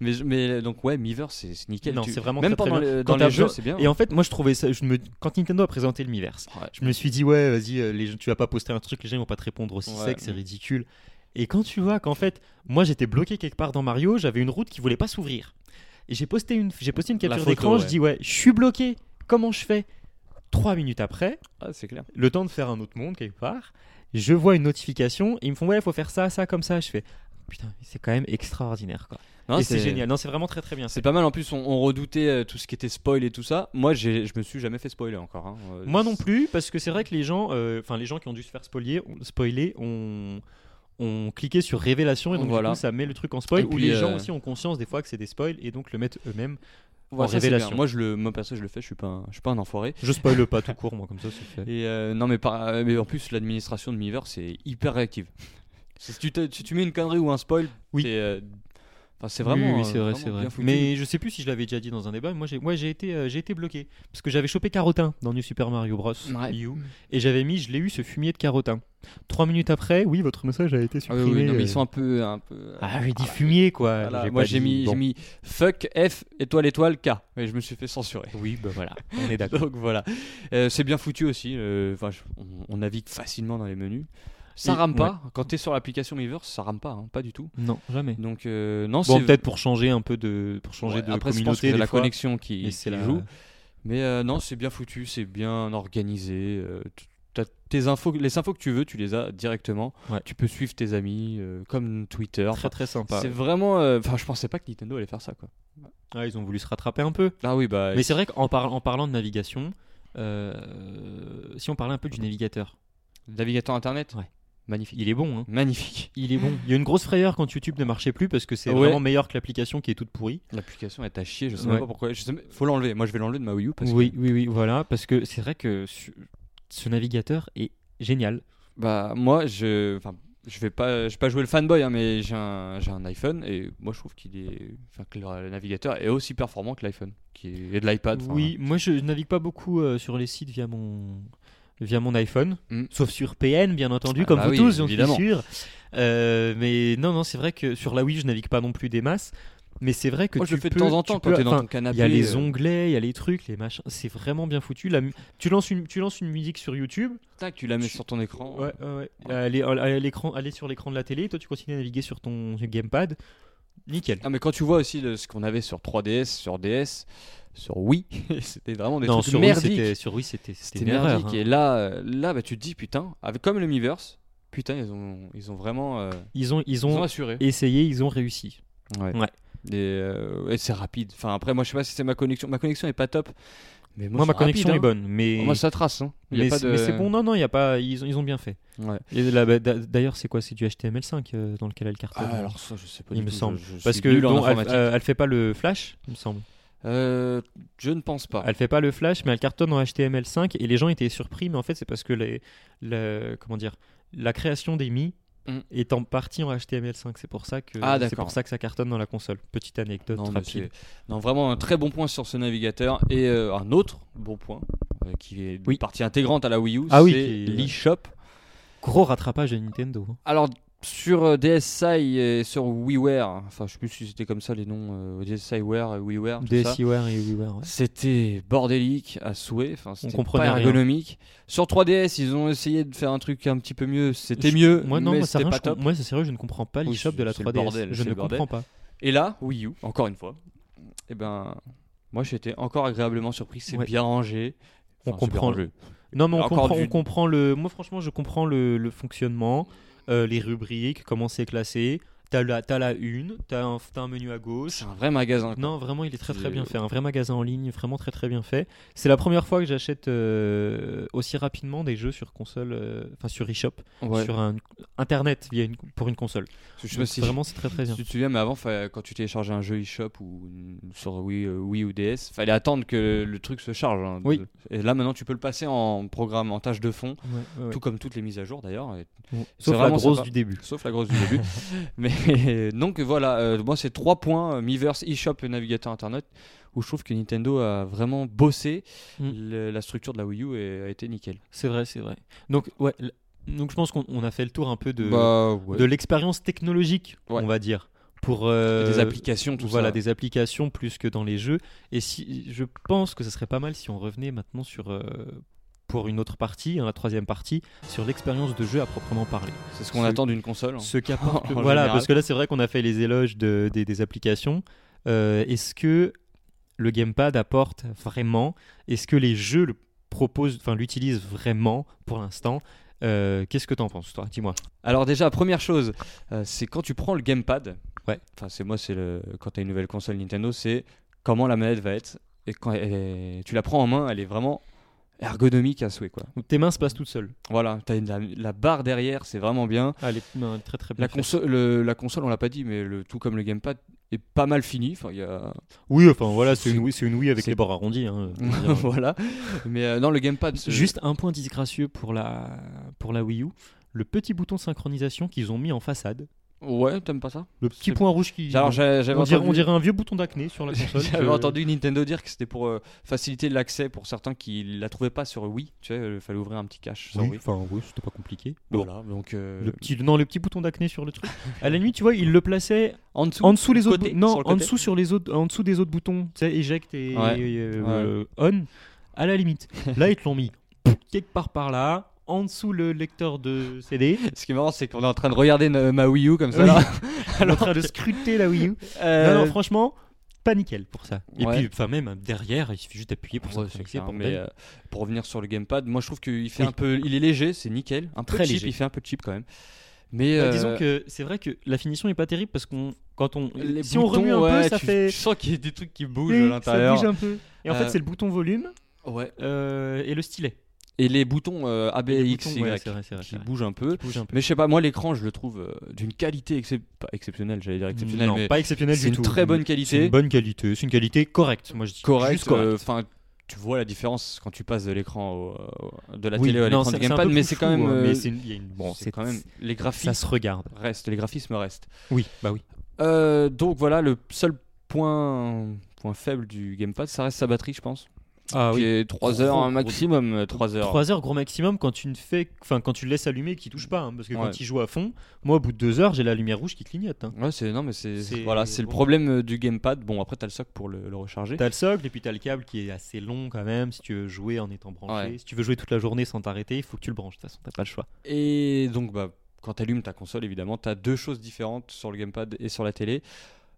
Speaker 2: Mais, je- mais donc, ouais, Miiverse, c'est c'est nickel.
Speaker 1: Non,
Speaker 2: Tu-
Speaker 1: c'est vraiment
Speaker 2: Même
Speaker 1: très, très
Speaker 2: pendant
Speaker 1: bien.
Speaker 2: les,
Speaker 1: Quand
Speaker 2: dans les
Speaker 1: t'as
Speaker 2: jeux,
Speaker 1: besoin-
Speaker 2: c'est bien. hein.
Speaker 1: Et en fait, moi je trouvais ça. Je me... Quand Nintendo a présenté le Miiverse,
Speaker 2: Ouais.
Speaker 1: je me suis dit, ouais, vas-y, euh, les... gens- tu vas pas poster un truc, les gens ils vont pas te répondre aussi
Speaker 2: Ouais.
Speaker 1: sec, c'est ridicule. Et quand tu vois qu'en fait, moi j'étais bloqué quelque part dans Mario, j'avais une route qui voulait pas s'ouvrir. Et j'ai posté une, j'ai posté une
Speaker 2: La
Speaker 1: capture
Speaker 2: photo,
Speaker 1: d'écran, je
Speaker 2: ouais.
Speaker 1: dis, ouais, je suis bloqué, comment je fais Trois minutes après,
Speaker 2: Ah, c'est clair.
Speaker 1: le temps de faire un autre monde quelque part, je vois une notification, et ils me font, ouais, faut faire ça, ça, comme ça. Je fais, putain, c'est quand même extraordinaire quoi.
Speaker 2: Non,
Speaker 1: et c'est génial, non, c'est vraiment très très bien.
Speaker 2: C'est pas mal. En plus, on, on redoutait euh, tout ce qui était spoil et tout ça. Moi, j'ai- je me suis jamais fait spoiler encore. hein. Euh,
Speaker 1: Moi non plus, parce que c'est vrai que les gens, euh, enfin les gens qui ont dû se faire spoiler, ont- spoiler ont, ont cliqué sur révélation et donc du
Speaker 2: Voilà.
Speaker 1: coup, ça met le truc en spoil.
Speaker 2: Et
Speaker 1: Ou
Speaker 2: puis,
Speaker 1: les
Speaker 2: euh,
Speaker 1: gens aussi ont conscience des fois que c'est des spoils et donc le mettent eux-mêmes.
Speaker 2: Ouais,
Speaker 1: en
Speaker 2: ça, c'est
Speaker 1: révélation.
Speaker 2: bien. Moi, je le, moi perso, je le fais. Je suis pas, un- je suis pas un enfoiré.
Speaker 1: Je spoil pas tout court, moi comme ça c'est fait.
Speaker 2: Et euh, non, mais, par- euh, mais en plus, l'administration de Miiverse c'est hyper réactive. si, tu te- si tu mets une connerie ou un spoil,
Speaker 1: Oui.
Speaker 2: t'es, euh, enfin, c'est vraiment.
Speaker 1: oui,
Speaker 2: euh,
Speaker 1: oui, c'est vrai, c'est
Speaker 2: vraiment
Speaker 1: vrai.
Speaker 2: bien foutu.
Speaker 1: Mais je sais plus si je l'avais déjà dit dans un débat. mais Moi, j'ai, moi, j'ai été, euh, j'ai été bloqué parce que j'avais chopé Carotin dans New Super Mario Bros.
Speaker 2: Ouais.
Speaker 1: Wii U, et j'avais mis, je l'ai eu ce fumier de Carotin. Trois minutes après, oui, votre message a été
Speaker 2: Ah
Speaker 1: supprimé.
Speaker 2: oui, oui, non, mais
Speaker 1: euh.
Speaker 2: ils sont un peu. Un peu
Speaker 1: Ah, j'ai dit fumier quoi.
Speaker 2: voilà.
Speaker 1: pas
Speaker 2: Moi, j'ai
Speaker 1: dit-
Speaker 2: mis,
Speaker 1: bon.
Speaker 2: j'ai mis fuck, F, étoile, étoile, K. Mais je me suis fait censurer.
Speaker 1: Oui, bah voilà, on est d'accord.
Speaker 2: Donc voilà. Euh, c'est bien foutu aussi. euh, enfin, je- on, on navigue facilement dans les menus. Ça
Speaker 1: Et-
Speaker 2: rame pas. Quand t'es sur l'application Miiverse, ça rame pas, hein, pas du tout.
Speaker 1: Non, jamais.
Speaker 2: Donc euh, non,
Speaker 1: Bon,
Speaker 2: c'est
Speaker 1: peut-être pour changer un peu de, pour changer
Speaker 2: Ouais,
Speaker 1: de
Speaker 2: après, je pense que
Speaker 1: communauté,
Speaker 2: la
Speaker 1: des fois.
Speaker 2: connexion qui,
Speaker 1: Mais c'est
Speaker 2: qui
Speaker 1: la-
Speaker 2: joue. Mais euh, non, c'est bien foutu, c'est bien organisé. euh, t- t'as tes infos, les infos que tu veux, tu les as directement.
Speaker 1: Ouais.
Speaker 2: Tu peux suivre tes amis euh, comme Twitter.
Speaker 1: Très
Speaker 2: Enfin,
Speaker 1: très sympa.
Speaker 2: c'est vraiment. euh, Enfin, je pensais pas que Nintendo allait faire ça, quoi.
Speaker 1: Ouais, ils ont voulu se rattraper un peu.
Speaker 2: Ah oui, bah.
Speaker 1: Mais c'est vrai qu'en par- en parlant de navigation, euh, si on parlait un peu du navigateur,
Speaker 2: Navigateur internet.
Speaker 1: Ouais.
Speaker 2: Magnifique.
Speaker 1: il est bon. hein.
Speaker 2: Magnifique.
Speaker 1: Il est bon. Il y a une grosse frayeur quand YouTube ne marchait plus parce que c'est
Speaker 2: Ouais.
Speaker 1: vraiment meilleur que l'application qui est toute pourrie.
Speaker 2: L'application est à chier. Je sais
Speaker 1: Ouais.
Speaker 2: même pas pourquoi. Je sais même- Faut l'enlever. Moi, je vais l'enlever de ma Wii U parce
Speaker 1: oui,
Speaker 2: que.
Speaker 1: oui, oui, voilà. Parce que c'est vrai que su- ce navigateur est génial.
Speaker 2: Bah moi, je. Enfin, je vais pas, je vais pas jouer le fanboy, hein, mais j'ai un, j'ai un iPhone et moi je trouve qu'il est, enfin que le, le navigateur est aussi performant que l'iPhone, qui est, et de l'iPad. enfin,
Speaker 1: Oui, moi je navigue pas beaucoup euh, sur les sites via mon via mon iPhone,
Speaker 2: Mm.
Speaker 1: sauf sur PN bien entendu,
Speaker 2: Ah
Speaker 1: comme
Speaker 2: bah
Speaker 1: vous
Speaker 2: oui,
Speaker 1: tous, j'en suis
Speaker 2: évidemment.
Speaker 1: sûr. Euh, mais non, non, c'est vrai que sur la Wii, je navigue pas non plus des masses. Mais c'est vrai que
Speaker 2: Moi,
Speaker 1: tu
Speaker 2: je le fais de
Speaker 1: peux-
Speaker 2: temps en
Speaker 1: tu
Speaker 2: temps
Speaker 1: peux-
Speaker 2: quand t'es dans
Speaker 1: enfin,
Speaker 2: ton canapé.
Speaker 1: Il y a les
Speaker 2: euh,
Speaker 1: onglets, il y a les trucs, les machins. C'est vraiment bien foutu. La mu- tu, lances une, tu lances une musique sur YouTube.
Speaker 2: Tac, tu la mets
Speaker 1: tu-
Speaker 2: sur ton écran.
Speaker 1: Ouais, ouais, ouais. Elle, est, elle est à l'écran- elle est sur l'écran de la télé. Toi, tu continues à naviguer sur ton gamepad. Nickel.
Speaker 2: Ah, mais quand tu vois aussi le- ce qu'on avait sur 3DS, sur DS, sur Wii, c'était vraiment Ah, des
Speaker 1: non,
Speaker 2: trucs
Speaker 1: sur Wii,
Speaker 2: merdiques.
Speaker 1: c'était- sur Wii, c'était c'était
Speaker 2: C'était
Speaker 1: une erreur.
Speaker 2: merdique.
Speaker 1: hein.
Speaker 2: Et là, euh, là bah, tu te dis, putain, avec, comme le Miiverse, putain, ils ont, ils ont vraiment. euh,
Speaker 1: Ils ont, ils
Speaker 2: ils
Speaker 1: ont
Speaker 2: ont assuré.
Speaker 1: essayé, ils ont réussi.
Speaker 2: Ouais.
Speaker 1: Ouais.
Speaker 2: Et, euh, et c'est rapide. Enfin, après, moi, je sais pas si c'est ma connexion. Ma connexion est pas top. Mais
Speaker 1: Moi, ma
Speaker 2: c'est rapide,
Speaker 1: connexion
Speaker 2: hein.
Speaker 1: est bonne, mais
Speaker 2: Moi, ça trace. Hein. Il y a
Speaker 1: mais
Speaker 2: pas
Speaker 1: c'est-
Speaker 2: de-
Speaker 1: mais c'est bon. Non, non, il y a pas. Ils ont, ils ont bien fait.
Speaker 2: Ouais.
Speaker 1: Et là, bah, d'a- D'ailleurs, c'est quoi C'est du HTML5 euh, dans lequel elle cartonne.
Speaker 2: Ah, alors ça, je sais pas
Speaker 1: Il
Speaker 2: du
Speaker 1: me
Speaker 2: tout,
Speaker 1: semble.
Speaker 2: je- je
Speaker 1: Parce
Speaker 2: suis
Speaker 1: que
Speaker 2: nul en
Speaker 1: donc, elle,
Speaker 2: informatique.
Speaker 1: euh, elle fait pas le Flash, il me semble.
Speaker 2: Euh, je ne pense pas.
Speaker 1: Elle fait pas le Flash, mais elle cartonne en HTML5 et les gens étaient surpris, mais en fait c'est parce que les, le- comment dire, la création des mi
Speaker 2: Mm.
Speaker 1: est en partie en HTML5. C'est pour ça que
Speaker 2: Ah,
Speaker 1: c'est
Speaker 2: d'accord.
Speaker 1: pour ça que ça cartonne dans la console. Petite anecdote
Speaker 2: Non, mais
Speaker 1: rapide.
Speaker 2: c'est- non, vraiment un très bon point sur ce navigateur. Et euh, un autre bon point, euh, qui est
Speaker 1: Oui.
Speaker 2: une partie intégrante à la Wii U,
Speaker 1: Ah oui,
Speaker 2: c'est
Speaker 1: qui-
Speaker 2: l'eShop.
Speaker 1: Gros rattrapage de Nintendo. hein.
Speaker 2: Alors, sur euh, DSi et sur WiiWare, hein, enfin, je sais plus si c'était comme ça les noms, euh, DSiWare et WiiWare, tout Ah, ça.
Speaker 1: DSiWare et WiiWare. ouais.
Speaker 2: C'était bordélique à souhait, enfin, c'était
Speaker 1: comprenait
Speaker 2: pas
Speaker 1: rien.
Speaker 2: ergonomique. Sur 3DS, ils ont essayé de faire un truc un petit peu mieux, c'était
Speaker 1: Je-
Speaker 2: mieux,
Speaker 1: Moi non,
Speaker 2: mais
Speaker 1: moi, ça
Speaker 2: c'était
Speaker 1: rien,
Speaker 2: pas
Speaker 1: je com-
Speaker 2: top.
Speaker 1: moi, c'est sérieux, je ne comprends pas
Speaker 2: Oui,
Speaker 1: l'eShop de la
Speaker 2: c'est le
Speaker 1: 3DS.
Speaker 2: bordel,
Speaker 1: je
Speaker 2: c'est
Speaker 1: ne
Speaker 2: le bordel.
Speaker 1: comprends pas.
Speaker 2: Et là, Wii U, encore une fois, et ben, moi j'étais encore agréablement surpris, c'est
Speaker 1: Ouais.
Speaker 2: bien rangé.
Speaker 1: On
Speaker 2: Enfin, c'est bien
Speaker 1: comprend.
Speaker 2: rangé.
Speaker 1: Non, mais on
Speaker 2: Encore
Speaker 1: comprend,
Speaker 2: du-
Speaker 1: on comprend le. Moi, franchement, je comprends le, le fonctionnement, euh, les rubriques, comment c'est classé. T'as la, t'as la une, t'as un, t'as un menu à gauche.
Speaker 2: C'est un vrai magasin. quoi.
Speaker 1: Non, vraiment, il est très très
Speaker 2: C'est-
Speaker 1: bien fait. Un vrai magasin en ligne, vraiment très très bien fait. C'est la première fois que j'achète euh, aussi rapidement des jeux sur console, euh, enfin sur eShop,
Speaker 2: Ouais.
Speaker 1: sur un, internet via une, pour une console.
Speaker 2: Parce que Je sais pas
Speaker 1: Donc,
Speaker 2: si
Speaker 1: vraiment, c'est très très bien.
Speaker 2: si tu te souviens, mais avant, fallait- quand tu téléchargeais un jeu eShop ou une- sur Wii, euh, Wii ou DS, fallait attendre que le truc se charge. hein.
Speaker 1: Oui.
Speaker 2: Et là, maintenant, tu peux le passer en programme, en tâche de fond, tout
Speaker 1: Tout-
Speaker 2: comme toutes les mises à jour d'ailleurs, et-
Speaker 1: Bon,
Speaker 2: c'est
Speaker 1: Sauf la
Speaker 2: vraiment
Speaker 1: grosse
Speaker 2: sympa.
Speaker 1: du début.
Speaker 2: sauf la grosse du début. mais donc voilà, euh, moi, c'est trois points euh, Miiverse, eShop et navigateur internet où je trouve que Nintendo a vraiment bossé
Speaker 1: Mm.
Speaker 2: Le- la structure de la Wii U et a été nickel.
Speaker 1: C'est vrai, c'est vrai. Donc ouais, l- donc je pense qu'on on a fait le tour un peu de.
Speaker 2: bah, ouais.
Speaker 1: de l'expérience technologique,
Speaker 2: Ouais.
Speaker 1: on va dire, pour euh,
Speaker 2: des applications, tout
Speaker 1: voilà,
Speaker 2: ça.
Speaker 1: des applications plus que dans les jeux. Et si, je pense que ce serait pas mal si on revenait maintenant sur, euh, pour une autre partie, hein, la troisième partie, sur l'expérience de jeu à proprement parler.
Speaker 2: C'est ce qu'on
Speaker 1: ce-
Speaker 2: attend d'une console. hein.
Speaker 1: Ce qu'apporte,
Speaker 2: En
Speaker 1: le- voilà,
Speaker 2: général.
Speaker 1: parce que là c'est vrai qu'on a fait les éloges de- des, des applications. Euh, est-ce que le gamepad apporte vraiment Est-ce que les jeux le proposent, enfin l'utilisent vraiment pour l'instant Euh, Qu'est-ce que t'en penses toi Dis-moi.
Speaker 2: Alors déjà, première chose, euh, c'est quand tu prends le gamepad.
Speaker 1: Ouais.
Speaker 2: Enfin, c'est moi, c'est le quand t'as une nouvelle console Nintendo, c'est comment la manette va être et quand elle est- tu la prends en main, elle est vraiment ergonomique à souhait quoi.
Speaker 1: Tes mains se passent toutes seules.
Speaker 2: Voilà, t'as une- la, la barre derrière, c'est vraiment bien.
Speaker 1: Ah, elle est non, très très bien.
Speaker 2: La
Speaker 1: faite.
Speaker 2: console, le- la console, on l'a pas dit, mais le tout comme le gamepad est pas mal fini. Enfin, il y a
Speaker 1: Oui, enfin voilà, c'est
Speaker 2: C'est-
Speaker 1: une Wii, c'est une Wii avec
Speaker 2: c'est-
Speaker 1: les bords arrondis. hein, je veux dire.
Speaker 2: voilà. Mais euh, non, le gamepad. c'est-
Speaker 1: Juste un point disgracieux pour la pour la Wii U, le petit bouton synchronisation qu'ils ont mis en façade,
Speaker 2: Ouais, t'aimes pas ça
Speaker 1: le petit
Speaker 2: C'est-
Speaker 1: point rouge qui.
Speaker 2: Alors j'a- j'avais
Speaker 1: on, dirait,
Speaker 2: entendu-
Speaker 1: on dirait un vieux bouton d'acné sur la console.
Speaker 2: J'avais
Speaker 1: je-
Speaker 2: entendu Nintendo dire que c'était pour euh, faciliter l'accès pour certains qui la trouvaient pas sur Wii. Tu sais, il fallait ouvrir un petit cache sur
Speaker 1: Oui,
Speaker 2: Wii.
Speaker 1: enfin oui, c'était pas compliqué.
Speaker 2: Voilà, donc euh,
Speaker 1: Le petit, non, le petit bouton d'acné sur le truc. À la nuit, tu vois, il le plaçait
Speaker 2: en dessous,
Speaker 1: en dessous les
Speaker 2: sur le
Speaker 1: autres,
Speaker 2: côté,
Speaker 1: bou- non,
Speaker 2: sur le
Speaker 1: en
Speaker 2: côté.
Speaker 1: dessous sur les autres, en dessous des autres boutons, tu sais, éjecte et
Speaker 2: Ouais.
Speaker 1: euh, on. À la limite, là ils te l'ont mis quelque part par là, en dessous le lecteur de CD.
Speaker 2: Ce qui est marrant, c'est qu'on est en train de regarder no- ma Wii U comme ça.
Speaker 1: Oui.
Speaker 2: là.
Speaker 1: en train de scruter la Wii U.
Speaker 2: Euh,
Speaker 1: Non, non, franchement, pas nickel pour ça. Et
Speaker 2: Ouais.
Speaker 1: puis, enfin, même derrière, il suffit juste d'appuyer pour
Speaker 2: ouais,
Speaker 1: ça.
Speaker 2: c'est clair, mais, euh, pour revenir sur le gamepad, moi je trouve qu'il fait
Speaker 1: Oui.
Speaker 2: un peu, il est léger, c'est nickel, un peu
Speaker 1: Très
Speaker 2: cheap,
Speaker 1: léger. Bah,
Speaker 2: il fait un peu cheap quand même. Mais euh,
Speaker 1: Disons que c'est vrai que la finition est pas terrible parce qu'on, quand on,
Speaker 2: les
Speaker 1: si on
Speaker 2: boutons,
Speaker 1: remue un
Speaker 2: ouais,
Speaker 1: peu, ça
Speaker 2: tu,
Speaker 1: fait.
Speaker 2: tu sens qu'il y a des trucs qui bougent
Speaker 1: Eh,
Speaker 2: à
Speaker 1: ça
Speaker 2: l'intérieur.
Speaker 1: bouge un peu. Et en
Speaker 2: Euh,
Speaker 1: fait, c'est le bouton volume
Speaker 2: Ouais.
Speaker 1: euh, et le stylet.
Speaker 2: Et les boutons euh,
Speaker 1: Et les
Speaker 2: ABX
Speaker 1: boutons, ouais, c'est vrai, c'est vrai, c'est
Speaker 2: qui
Speaker 1: vrai.
Speaker 2: bougent un peu.
Speaker 1: Qui bouge un peu.
Speaker 2: Mais je sais pas, moi l'écran je le trouve euh, d'une qualité excep- pas exceptionnelle, j'allais dire exceptionnelle,
Speaker 1: non,
Speaker 2: mais
Speaker 1: pas exceptionnel
Speaker 2: c'est
Speaker 1: du
Speaker 2: une
Speaker 1: tout.
Speaker 2: très bonne
Speaker 1: C'est
Speaker 2: qualité,
Speaker 1: une bonne qualité. C'est une qualité correcte. Moi, je dis
Speaker 2: correcte.
Speaker 1: juste correcte.
Speaker 2: euh, Enfin, tu vois la différence quand tu passes de l'écran au- au- de la
Speaker 1: Oui,
Speaker 2: télé à
Speaker 1: non,
Speaker 2: l'écran
Speaker 1: c'est-
Speaker 2: du
Speaker 1: c'est un
Speaker 2: gamepad,
Speaker 1: peu
Speaker 2: mais c'est quand
Speaker 1: foufou,
Speaker 2: même,
Speaker 1: hein,
Speaker 2: euh,
Speaker 1: mais c'est une- il y a une- bon,
Speaker 2: c'est quand même les
Speaker 1: ça
Speaker 2: graphismes
Speaker 1: se regarde.
Speaker 2: restent, les graphismes restent.
Speaker 1: Oui, bah oui.
Speaker 2: Euh, donc voilà, le seul point point faible du gamepad, ça reste sa batterie, je pense,
Speaker 1: Ah
Speaker 2: qui est 3 heures
Speaker 1: Gros,
Speaker 2: un
Speaker 1: gros-
Speaker 2: maximum, euh, 3 heures.
Speaker 1: 3 heures gros maximum quand tu ne fais enfin quand tu le laisses allumer et qu'il touche pas hein, parce que
Speaker 2: Ouais.
Speaker 1: quand il joue à fond moi au bout de 2 heures j'ai la lumière rouge qui clignote hein.
Speaker 2: Ouais, c'est non mais c'est
Speaker 1: C'est-
Speaker 2: voilà, c'est le
Speaker 1: bon.
Speaker 2: problème euh, du gamepad. Bon après t'as le soc pour le, le recharger.
Speaker 1: T'as le socle et puis t'as le câble qui est assez long quand même si tu veux jouer en étant branché.
Speaker 2: Ouais.
Speaker 1: Si tu veux jouer toute la journée sans t'arrêter, il faut que tu le branches. De toute façon, t'as pas le choix.
Speaker 2: Et donc, bah, quand tu allumes ta console, évidemment, tu as deux choses différentes sur le gamepad et sur la télé.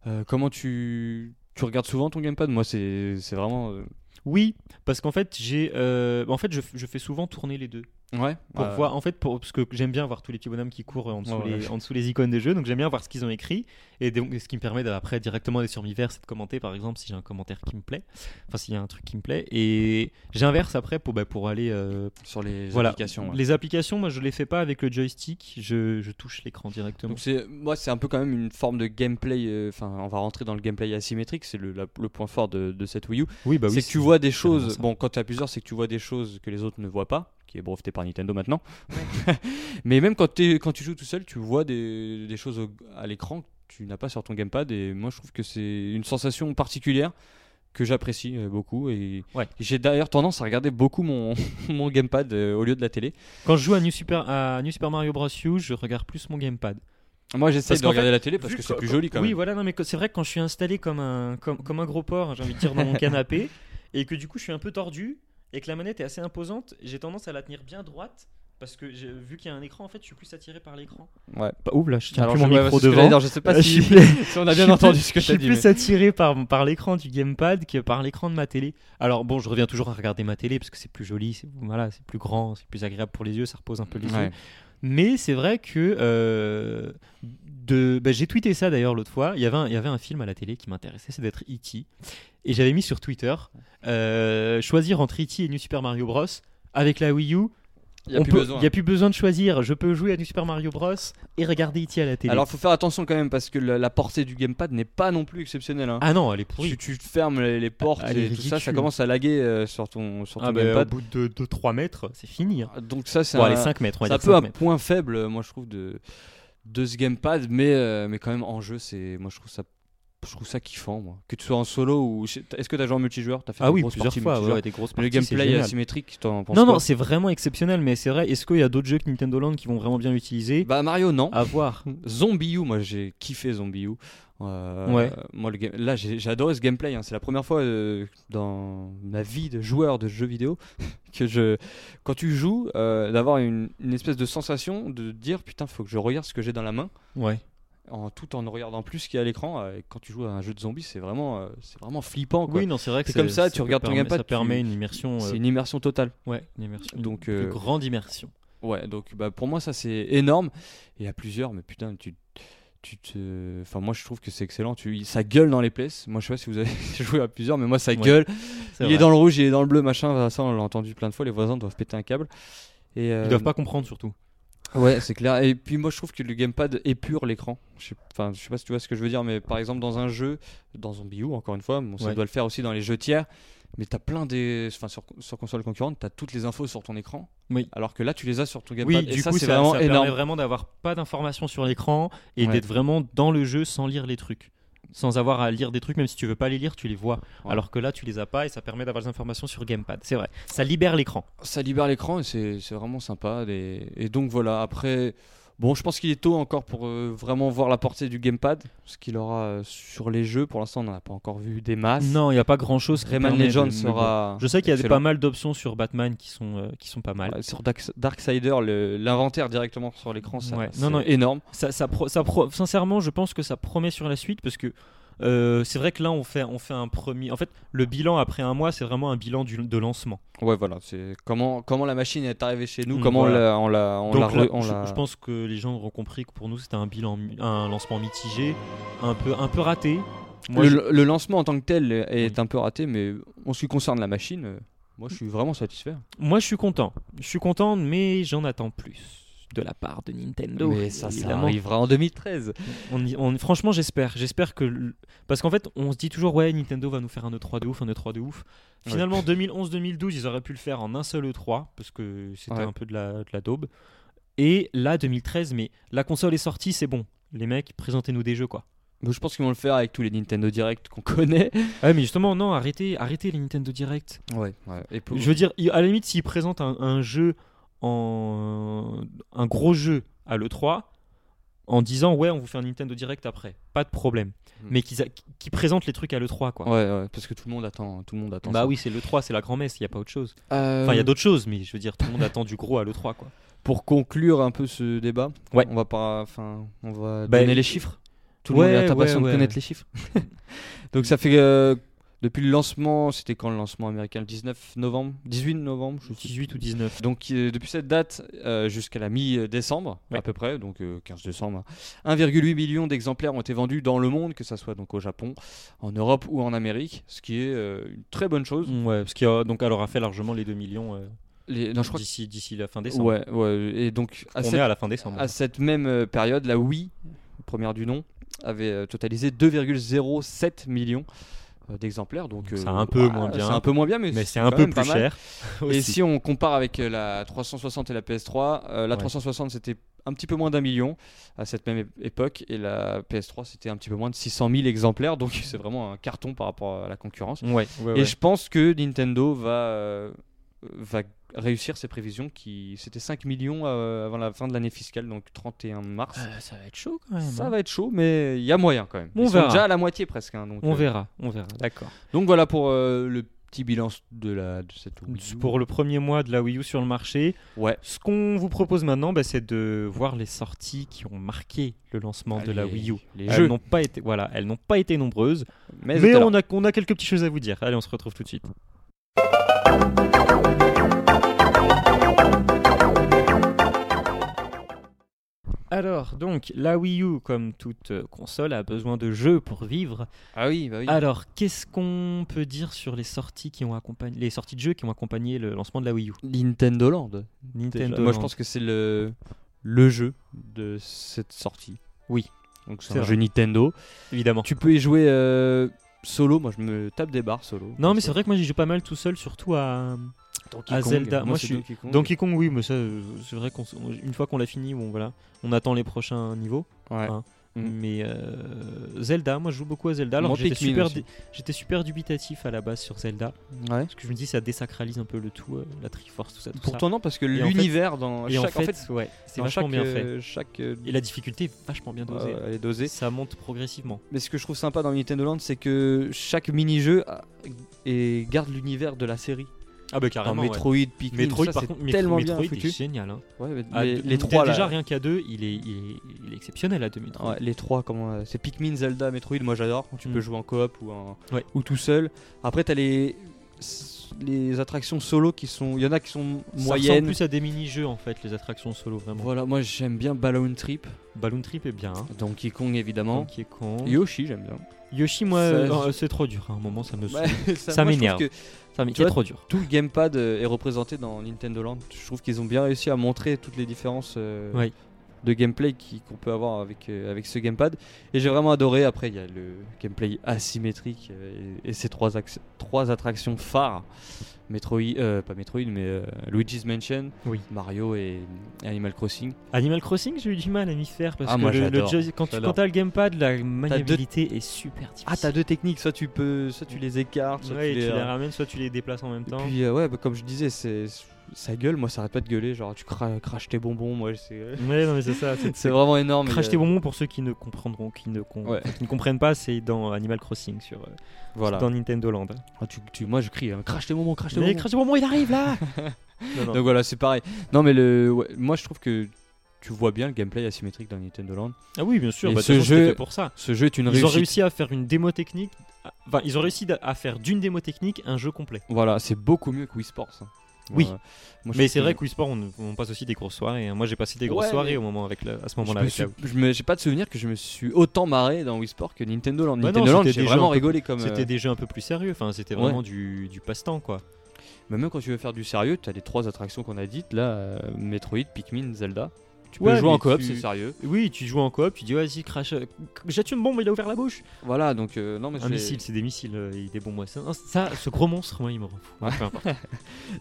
Speaker 2: Euh, comment tu... tu regardes souvent ton gamepad Moi, c'est c'est vraiment. euh,
Speaker 1: Oui, parce qu'en fait, j'ai, euh, en fait, je, je fais souvent tourner les deux
Speaker 2: Ouais.
Speaker 1: pour
Speaker 2: euh,
Speaker 1: voir, en fait, pour, parce que j'aime bien voir tous les petits bonhommes qui courent en dessous,
Speaker 2: Ouais,
Speaker 1: les,
Speaker 2: ouais.
Speaker 1: en dessous les icônes des jeux, donc j'aime bien voir ce qu'ils ont écrit, et donc ce qui me permet d'après directement aller sur Miiverse et de commenter, par exemple, si j'ai un commentaire qui me plaît, enfin s'il y a un truc qui me plaît, et j'inverse après pour, bah, pour aller euh,
Speaker 2: sur les
Speaker 1: Voilà.
Speaker 2: applications. ouais.
Speaker 1: Les applications, moi je les fais pas avec le joystick, je, je touche l'écran directement.
Speaker 2: Donc c'est moi c'est un peu quand même une forme de gameplay. euh, Enfin, on va rentrer dans le gameplay asymétrique. C'est le, la- le point fort de, de cette Wii U.
Speaker 1: oui, bah oui,
Speaker 2: c'est que tu vois des
Speaker 1: carrément
Speaker 2: choses.
Speaker 1: ça.
Speaker 2: Bon, quand tu as plusieurs, c'est que tu vois des choses que les autres ne voient pas, qui est breveté par Nintendo maintenant. Mais même quand, t'es- quand tu joues tout seul, tu vois des, des choses au- à l'écran que tu n'as pas sur ton gamepad. Et moi, je trouve que c'est une sensation particulière que j'apprécie euh, beaucoup. Et
Speaker 1: Ouais.
Speaker 2: j'ai d'ailleurs tendance à regarder beaucoup mon, mon gamepad euh, au lieu de la télé.
Speaker 1: Quand je joue à New, Super, à New Super Mario Bros. U, je regarde plus mon gamepad.
Speaker 2: Moi, j'essaie
Speaker 1: Parce
Speaker 2: de
Speaker 1: qu'en
Speaker 2: regarder la télé parce
Speaker 1: vu
Speaker 2: que c'est
Speaker 1: que-
Speaker 2: plus joli quand
Speaker 1: oui,
Speaker 2: même.
Speaker 1: voilà, non, mais que- c'est vrai que quand je suis installé comme un, comme, comme un gros porc, j'ai envie de dire, dans mon canapé, et que du coup je suis un peu tordu, et que la manette est assez imposante, j'ai tendance à la tenir bien droite, parce que j'ai- vu qu'il y a un écran, en fait, je suis plus attiré par l'écran.
Speaker 2: Ouais.
Speaker 1: Ouf, là, je tiens
Speaker 2: Alors,
Speaker 1: plus
Speaker 2: je-
Speaker 1: mon
Speaker 2: ouais,
Speaker 1: micro
Speaker 2: c'est ce que j'allais
Speaker 1: devant.
Speaker 2: dire, je sais pas
Speaker 1: Euh,
Speaker 2: si,
Speaker 1: je suis-
Speaker 2: si on a bien
Speaker 1: Je suis
Speaker 2: entendu
Speaker 1: plus-
Speaker 2: ce que
Speaker 1: Je
Speaker 2: tu as
Speaker 1: suis
Speaker 2: dit.
Speaker 1: plus attiré par, par l'écran du gamepad que par l'écran de ma télé. Alors bon, je reviens toujours à regarder ma télé parce que c'est plus joli, c'est voilà, c'est plus grand, c'est plus agréable pour les yeux, ça repose un peu les
Speaker 2: mais-
Speaker 1: yeux.
Speaker 2: Ouais.
Speaker 1: Mais c'est vrai que euh, de, bah, j'ai tweeté ça d'ailleurs l'autre fois. Il y, avait un, il y avait un film à la télé qui m'intéressait, c'est d'être E.T. Et j'avais mis sur Twitter euh, choisir entre E.T. et New Super Mario Bros. Avec la Wii U, il
Speaker 2: Il y a plus besoin.
Speaker 1: n'y a plus besoin de choisir. Je peux jouer à New Super Mario Bros. et regarder E.T. à la télé.
Speaker 2: Alors faut faire attention quand même parce que la, la portée du gamepad n'est pas non plus exceptionnelle. hein.
Speaker 1: ah non, elle est pourrie.
Speaker 2: Tu, tu te fermes les, les portes
Speaker 1: Elle est
Speaker 2: et tout ça, ça
Speaker 1: ridicule.
Speaker 2: commence à laguer euh, sur ton, sur ton
Speaker 1: Ah bah, au
Speaker 2: gamepad.
Speaker 1: bout de 2-3 mètres, c'est fini. hein.
Speaker 2: Donc ça c'est
Speaker 1: Bon,
Speaker 2: un,
Speaker 1: allez, 5 mètres, on
Speaker 2: c'est
Speaker 1: va
Speaker 2: un
Speaker 1: dire
Speaker 2: peu
Speaker 1: 5
Speaker 2: un
Speaker 1: mètres.
Speaker 2: point faible euh, moi je trouve de, de ce gamepad, mais, euh, mais quand même en jeu c'est moi je trouve ça je trouve ça kiffant moi. Que tu sois en solo ou je- est-ce que t'as joué en multijoueur T'as fait
Speaker 1: Ah
Speaker 2: des
Speaker 1: oui,
Speaker 2: grosses
Speaker 1: plusieurs
Speaker 2: parties
Speaker 1: fois, ouais,
Speaker 2: multijoueur.
Speaker 1: ouais, des grosses
Speaker 2: Le
Speaker 1: parties. c'est
Speaker 2: gameplay
Speaker 1: génial.
Speaker 2: asymétrique, t'en penses
Speaker 1: Non,
Speaker 2: quoi
Speaker 1: non, c'est vraiment exceptionnel, mais c'est vrai, est-ce qu'il y a d'autres jeux que Nintendo Land qui vont vraiment bien l'utiliser
Speaker 2: Bah Mario non.
Speaker 1: À voir.
Speaker 2: Zombie U, moi j'ai kiffé Zombie U. Euh,
Speaker 1: Ouais.
Speaker 2: euh, moi, le game- Là, j'ai j'ai adoré ce gameplay. hein. C'est la première fois euh, dans ma vie de joueur de jeux vidéo que je. Quand tu joues, euh, d'avoir une, une espèce de sensation de dire putain, faut que je regarde ce que j'ai dans la main.
Speaker 1: Ouais.
Speaker 2: En, tout en ne regardant plus ce qu'il y a à l'écran. Euh, et quand tu joues à un jeu de zombies, c'est vraiment, euh, c'est vraiment flippant. quoi.
Speaker 1: Oui, non, c'est vrai que
Speaker 2: C'est comme ça, tu
Speaker 1: peut
Speaker 2: regardes ton
Speaker 1: permet-
Speaker 2: gamepad,
Speaker 1: Ça
Speaker 2: tu-
Speaker 1: permet une immersion. euh,
Speaker 2: c'est une immersion totale.
Speaker 1: Ouais, une immersion. une
Speaker 2: Donc,
Speaker 1: plus
Speaker 2: euh,
Speaker 1: grande immersion.
Speaker 2: Ouais, donc bah, pour moi, ça c'est énorme. Et à plusieurs, mais putain, tu, tu te. Enfin, moi je trouve que c'est excellent. Tu, ça gueule dans les places. Moi, je sais pas si vous avez joué à plusieurs, mais moi ça
Speaker 1: Ouais,
Speaker 2: gueule.
Speaker 1: C'est
Speaker 2: Il
Speaker 1: vrai.
Speaker 2: est dans le rouge, il est dans le bleu, machin. enfin, Ça, on l'a entendu plein de fois. Les voisins doivent péter un câble. Et, euh,
Speaker 1: Ils doivent pas comprendre surtout.
Speaker 2: Ouais, c'est clair. Et puis moi, je trouve que le gamepad épure l'écran. Je sais- Enfin, je sais pas si tu vois ce que je veux dire, mais par exemple, dans un jeu, dans Zombie U, encore une fois, bon, ça
Speaker 1: Ouais.
Speaker 2: doit le faire aussi dans les jeux tiers. Mais t'as plein des. Enfin, sur, sur console concurrente, t'as toutes les infos sur ton écran.
Speaker 1: Oui.
Speaker 2: Alors que là, tu les as sur ton gamepad.
Speaker 1: Oui,
Speaker 2: et
Speaker 1: du
Speaker 2: ça,
Speaker 1: coup,
Speaker 2: c'est
Speaker 1: ça,
Speaker 2: vraiment
Speaker 1: ça
Speaker 2: énorme.
Speaker 1: permet vraiment d'avoir pas d'informations sur l'écran et
Speaker 2: Ouais.
Speaker 1: d'être vraiment dans le jeu sans lire les trucs. Sans avoir à lire des trucs, même si tu veux pas les lire, tu les vois.
Speaker 2: Ouais.
Speaker 1: Alors que là, tu les as pas et ça permet d'avoir des informations sur Gamepad. C'est vrai. Ça libère l'écran.
Speaker 2: ça libère l'écran et c'est c'est vraiment sympa. Et, et donc voilà, après, bon, je pense qu'il est tôt encore pour euh, vraiment voir la portée du gamepad, ce qu'il aura euh, sur les jeux. Pour l'instant, on n'en a pas encore vu des masses.
Speaker 1: Non, il y a pas grand chose. qui
Speaker 2: Ah, Rayman
Speaker 1: permet de-
Speaker 2: Legends
Speaker 1: de-
Speaker 2: sera.
Speaker 1: Je sais qu'il y a des-
Speaker 2: excellent.
Speaker 1: pas mal d'options sur Batman qui sont, euh, qui sont pas mal.
Speaker 2: Ouais, Sur Dark- Darksider, le- l'inventaire directement sur l'écran, ça,
Speaker 1: Ouais.
Speaker 2: c'est
Speaker 1: Non, non.
Speaker 2: énorme.
Speaker 1: ça, ça pro- ça pro- sincèrement, je pense que ça promet sur la suite parce que euh, c'est vrai que là, on fait, on fait un premier. En fait, le bilan après un mois, c'est vraiment un bilan du, de lancement.
Speaker 2: Ouais, voilà, c'est comment, comment la machine est arrivée chez nous,
Speaker 1: Mm,
Speaker 2: comment on
Speaker 1: voilà.
Speaker 2: l'a- on l'a on l'a
Speaker 1: Donc, là,
Speaker 2: re- on l'a-
Speaker 1: je, je pense que les gens auront compris que pour nous, c'était un bilan, mi- un lancement mitigé, un peu, un peu raté. Moi,
Speaker 2: le,
Speaker 1: je- Mm.
Speaker 2: le lancement en tant que tel est
Speaker 1: Oui.
Speaker 2: un peu raté, mais en ce qui concerne la machine, euh, moi je suis vraiment satisfait.
Speaker 1: moi, je suis content. Je suis content, mais j'en attends plus de la part de Nintendo.
Speaker 2: mais ça, ça
Speaker 1: évidemment.
Speaker 2: arrivera en 2013.
Speaker 1: On y- on- franchement, j'espère. J'espère que. le- Parce qu'en fait, on se dit toujours, ouais, Nintendo va nous faire un E3 de ouf, un E3 de ouf.
Speaker 2: Ouais.
Speaker 1: Finalement, 2011-2012, ils auraient pu le faire en un seul E3, parce que c'était
Speaker 2: Ouais.
Speaker 1: un peu de la, de la daube. Et là, 2013, mais la console est sortie, c'est bon. Les mecs, présentez-nous des jeux, quoi.
Speaker 2: Bon, je pense qu'ils vont le faire avec tous les Nintendo Direct qu'on connaît.
Speaker 1: Ah, mais justement, non, arrêtez, arrêtez les Nintendo Direct.
Speaker 2: Ouais. Et pour-
Speaker 1: Je veux dire, il- à la limite, s'ils présentent un, un jeu en. un gros jeu à l'E3, en disant, ouais, on vous fait un Nintendo Direct après, pas de problème.
Speaker 2: Hmm.
Speaker 1: Mais qu'ils a- qu'ils présentent les trucs à l'E3, quoi.
Speaker 2: Ouais, ouais, parce que tout le monde attend, tout le monde attend.
Speaker 1: Bah
Speaker 2: ça.
Speaker 1: oui, c'est l'E3, c'est la grand-messe, il n'y a pas autre chose.
Speaker 2: Euh,
Speaker 1: Enfin, il y a d'autres choses, mais je veux dire, tout le monde attend du gros à l'E3, quoi.
Speaker 2: Pour conclure un peu ce débat,
Speaker 1: Ouais.
Speaker 2: on va pas, enfin, on va
Speaker 1: Bah,
Speaker 2: donner les chiffres. Tout
Speaker 1: ouais,
Speaker 2: le monde est impatient
Speaker 1: ouais,
Speaker 2: de
Speaker 1: ouais.
Speaker 2: connaître les chiffres. Donc ça fait euh, Depuis le lancement, c'était quand le lancement américain Le 19 novembre 18 novembre, je sais
Speaker 1: 18 ou 19.
Speaker 2: donc euh, depuis cette date euh, jusqu'à la mi-décembre à
Speaker 1: Ouais.
Speaker 2: peu près, donc euh, 15 décembre, hein, 1,8 million d'exemplaires ont été vendus dans le monde, que ce soit donc au Japon, en Europe ou en Amérique, ce qui est euh, une très bonne chose.
Speaker 1: Mm, Ouais, parce qu'il y a- donc alors a fait largement les 2 millions euh,
Speaker 2: Les... Non, je crois
Speaker 1: d'ici d'ici la fin
Speaker 2: que...
Speaker 1: décembre.
Speaker 2: Ouais, ouais, et donc à
Speaker 1: On
Speaker 2: cette,
Speaker 1: est à la fin décembre.
Speaker 2: à cette même euh, période, la Wii, première du nom, avait euh, totalisé 2,07 millions euh, d'exemplaires, donc
Speaker 1: Donc, c'est
Speaker 2: euh,
Speaker 1: un peu moins bien.
Speaker 2: c'est un peu moins bien, mais,
Speaker 1: mais c'est un
Speaker 2: quand
Speaker 1: peu
Speaker 2: même pas
Speaker 1: plus
Speaker 2: mal.
Speaker 1: cher.
Speaker 2: Et
Speaker 1: aussi.
Speaker 2: si on compare avec euh, la 360 et la PS3, euh, la
Speaker 1: Ouais.
Speaker 2: 360 c'était un petit peu moins d'un million à cette même é- époque et la PS3 c'était un petit peu moins de 600 000 exemplaires, donc c'est vraiment un carton par rapport à la concurrence.
Speaker 1: Ouais, ouais,
Speaker 2: Et
Speaker 1: ouais.
Speaker 2: je pense que Nintendo va, euh, va réussir ses prévisions qui c'était 5 millions euh, avant la fin de l'année fiscale, donc 31 mars.
Speaker 1: Euh, ça va être chaud quand même.
Speaker 2: Ça
Speaker 1: hein.
Speaker 2: va être chaud, mais il y a moyen quand même.
Speaker 1: On
Speaker 2: Ils sont
Speaker 1: verra.
Speaker 2: déjà à la moitié presque. hein, donc,
Speaker 1: On
Speaker 2: euh,
Speaker 1: verra, on verra. D'accord.
Speaker 2: Donc voilà pour euh, le petit bilan de, la, de cette Wii U.
Speaker 1: Pour le premier mois de la Wii U sur le marché,
Speaker 2: Ouais.
Speaker 1: ce qu'on vous propose maintenant, bah, c'est de voir les sorties qui ont marqué le lancement de la
Speaker 2: Les-
Speaker 1: Wii U.
Speaker 2: Les
Speaker 1: Elles
Speaker 2: jeux.
Speaker 1: n'ont pas été, voilà, elles n'ont pas été nombreuses,
Speaker 2: Ah Mais,
Speaker 1: mais,
Speaker 2: c'était là.
Speaker 1: on, a, on a quelques petites choses à vous dire. Allez, on se retrouve tout de suite. Alors, donc, la Wii U, comme toute euh, console, a besoin de jeux pour vivre.
Speaker 2: Ah oui, bah oui.
Speaker 1: Alors, qu'est-ce qu'on peut dire sur les sorties qui ont accompagné les sorties de jeux qui ont accompagné le lancement de la Wii U
Speaker 2: Nintendo Land.
Speaker 1: Nintendo.
Speaker 2: Moi, je
Speaker 1: Land.
Speaker 2: pense que c'est le le jeu de cette sortie.
Speaker 1: Oui.
Speaker 2: Donc c'est
Speaker 1: C'est
Speaker 2: un
Speaker 1: vrai.
Speaker 2: jeu Nintendo.
Speaker 1: évidemment.
Speaker 2: Tu peux y jouer euh, solo. Moi, je me tape des barres solo.
Speaker 1: Non, mais c'est vrai que moi j'y joue pas mal tout seul, surtout à euh,
Speaker 2: Donkey
Speaker 1: à
Speaker 2: Kong.
Speaker 1: Zelda. Moi,
Speaker 2: c'est
Speaker 1: je suis-
Speaker 2: Donkey Kong.
Speaker 1: Donkey Kong. Oui, mais ça, euh, c'est vrai qu'une fois qu'on l'a fini, bon voilà, on attend les prochains niveaux.
Speaker 2: Ouais.
Speaker 1: Ah.
Speaker 2: Mm.
Speaker 1: Mais euh, Zelda, moi je joue beaucoup à Zelda. Alors
Speaker 2: Moi,
Speaker 1: que j'étais
Speaker 2: Pikmin
Speaker 1: super,
Speaker 2: aussi.
Speaker 1: dé- j'étais super dubitatif à la base sur Zelda,
Speaker 2: Ouais.
Speaker 1: parce que je me dis ça désacralise un peu le tout, euh, la Triforce, tout ça. Tout
Speaker 2: Pourtant non, parce que
Speaker 1: Et en fait-
Speaker 2: l'univers dans
Speaker 1: ça. et
Speaker 2: chaque
Speaker 1: en fait, ouais, c'est
Speaker 2: dans
Speaker 1: vachement
Speaker 2: chaque,
Speaker 1: bien fait.
Speaker 2: euh, Chaque euh,
Speaker 1: Et la difficulté est vachement bien dosée.
Speaker 2: euh, elle est dosée.
Speaker 1: Ça monte progressivement.
Speaker 2: Mais ce que je trouve sympa dans Nintendo Land, c'est que chaque mini-jeu a- et garde l'univers de la série.
Speaker 1: Ah bah
Speaker 2: Dans
Speaker 1: carrément.
Speaker 2: Metroid, Pikmin,
Speaker 1: Metroid,
Speaker 2: ça,
Speaker 1: par
Speaker 2: c'est
Speaker 1: contre, Met-
Speaker 2: tellement
Speaker 1: Metroid
Speaker 2: bien
Speaker 1: est
Speaker 2: foutu.
Speaker 1: génial. hein.
Speaker 2: Ouais, mais-
Speaker 1: Ah,
Speaker 2: mais
Speaker 1: d-
Speaker 2: les trois là,
Speaker 1: déjà rien qu'à deux, il est, il est, il est exceptionnel à deux Metroid.
Speaker 2: Ouais, les trois, comment euh, c'est Pikmin, Zelda, Metroid, moi j'adore. Tu
Speaker 1: Mm.
Speaker 2: peux jouer en coop ou, en-
Speaker 1: Ouais.
Speaker 2: ou tout seul. Après, t'as les les attractions solo qui sont, il y en a qui sont
Speaker 1: Ça ressemble
Speaker 2: moyennes.
Speaker 1: plus à des mini-jeux en fait, les attractions solo vraiment.
Speaker 2: Voilà, moi j'aime bien Balloon Trip,
Speaker 1: Balloon Trip est bien. hein.
Speaker 2: Donkey Kong évidemment,
Speaker 1: Donkey Kong.
Speaker 2: Yoshi j'aime bien.
Speaker 1: Yoshi, moi,
Speaker 2: Ça-
Speaker 1: euh, non, euh, c'est trop dur. À un moment, ça me saoule.
Speaker 2: ça
Speaker 1: Ça
Speaker 2: moi, je trouve
Speaker 1: m'énerve.
Speaker 2: que
Speaker 1: Ça me-
Speaker 2: tu
Speaker 1: C'est
Speaker 2: vois,
Speaker 1: trop dur.
Speaker 2: Tout le gamepad euh, est représenté dans Nintendo Land. Je trouve qu'ils ont bien réussi à montrer toutes les différences euh,
Speaker 1: Ouais.
Speaker 2: de gameplay qui- qu'on peut avoir avec, euh, avec ce gamepad. Et j'ai vraiment adoré. Après, il y a le gameplay asymétrique euh, et, et ces trois, acc- trois attractions phares. Metroid, euh, pas Metroid, mais euh, Luigi's Mansion,
Speaker 1: Oui.
Speaker 2: Mario et, et Animal Crossing.
Speaker 1: Animal Crossing, j'ai eu du mal à m'y faire parce
Speaker 2: Ah,
Speaker 1: que
Speaker 2: moi,
Speaker 1: le, le
Speaker 2: j'adore.
Speaker 1: joy- quand tu
Speaker 2: J'adore.
Speaker 1: quand as le gamepad, la maniabilité est super difficile.
Speaker 2: Ah, t'as deux techniques. Soit tu peux, soit tu les écartes, soit
Speaker 1: Ouais,
Speaker 2: tu les,
Speaker 1: tu les ramènes, soit tu les déplaces en même
Speaker 2: Et
Speaker 1: temps.
Speaker 2: puis euh, ouais, bah, comme je disais, c'est sa gueule. Moi, ça arrête pas de gueuler. Genre, tu cra- craches tes bonbons. Moi, c'est
Speaker 1: Ouais, non, mais c'est ça. c'est-
Speaker 2: c'est vraiment énorme.
Speaker 1: Crash
Speaker 2: Il y
Speaker 1: tes
Speaker 2: a-
Speaker 1: bonbons pour ceux qui ne comprendront, qui ne, com-
Speaker 2: Ouais.
Speaker 1: qui ne comprennent pas, c'est dans Animal Crossing sur euh,
Speaker 2: Voilà.
Speaker 1: dans Nintendo Land.
Speaker 2: Ah, tu, tu- moi je crie, hein, crache tes bonbons, crache tes
Speaker 1: Mais
Speaker 2: bonbons.
Speaker 1: Crash tes bonbons, il arrive là. Non, non.
Speaker 2: Donc voilà, c'est pareil. Non mais le, ouais, moi je trouve que tu vois bien le gameplay asymétrique dans Nintendo Land.
Speaker 1: Ah oui, bien sûr.
Speaker 2: Et
Speaker 1: bah, de
Speaker 2: ce
Speaker 1: toute façon,
Speaker 2: jeu-
Speaker 1: c'était fait pour ça.
Speaker 2: Ce jeu est une
Speaker 1: Ils
Speaker 2: réussite.
Speaker 1: ont réussi à faire une démo technique. Enfin, ils ont réussi d'a- à faire d'une démo technique un jeu complet.
Speaker 2: Voilà, c'est beaucoup mieux que Wii Sports. hein.
Speaker 1: Oui.
Speaker 2: Voilà. Moi, je
Speaker 1: mais
Speaker 2: trouve
Speaker 1: c'est
Speaker 2: que-
Speaker 1: vrai que Wii Sport, on, on passe aussi des grosses soirées. hein. Moi, j'ai passé des grosses
Speaker 2: Ouais,
Speaker 1: soirées
Speaker 2: mais-
Speaker 1: au moment avec la- à ce
Speaker 2: Je
Speaker 1: moment-là.
Speaker 2: me
Speaker 1: avec
Speaker 2: suis,
Speaker 1: la-
Speaker 2: je me- j'ai pas de souvenir que je me suis autant marré dans Wii Sports que Nintendo Land.
Speaker 1: Bah non,
Speaker 2: Nintendo Land,
Speaker 1: c'était
Speaker 2: j'ai
Speaker 1: des jeux
Speaker 2: vraiment
Speaker 1: un peu-
Speaker 2: rigolé comme.
Speaker 1: C'était
Speaker 2: euh,
Speaker 1: des jeux un peu plus sérieux. Enfin, c'était vraiment du, du passe-temps, quoi.
Speaker 2: Mais même quand tu veux faire du sérieux, t'as les trois attractions qu'on a dites là, euh, Metroid, Pikmin, Zelda. Tu peux
Speaker 1: Ouais,
Speaker 2: jouer en
Speaker 1: mais
Speaker 2: coop,
Speaker 1: tu-
Speaker 2: c'est sérieux.
Speaker 1: Oui, tu joues en coop, tu dis vas-y, crash. euh, Jette une bombe, il a ouvert la bouche.
Speaker 2: Voilà, donc euh, non mais
Speaker 1: Un
Speaker 2: c'est-
Speaker 1: missile, c'est des missiles. euh, il est bon, moi. Ça, ça, ce gros monstre, moi, il me rend fou.
Speaker 2: Ouais.
Speaker 1: Peu importe.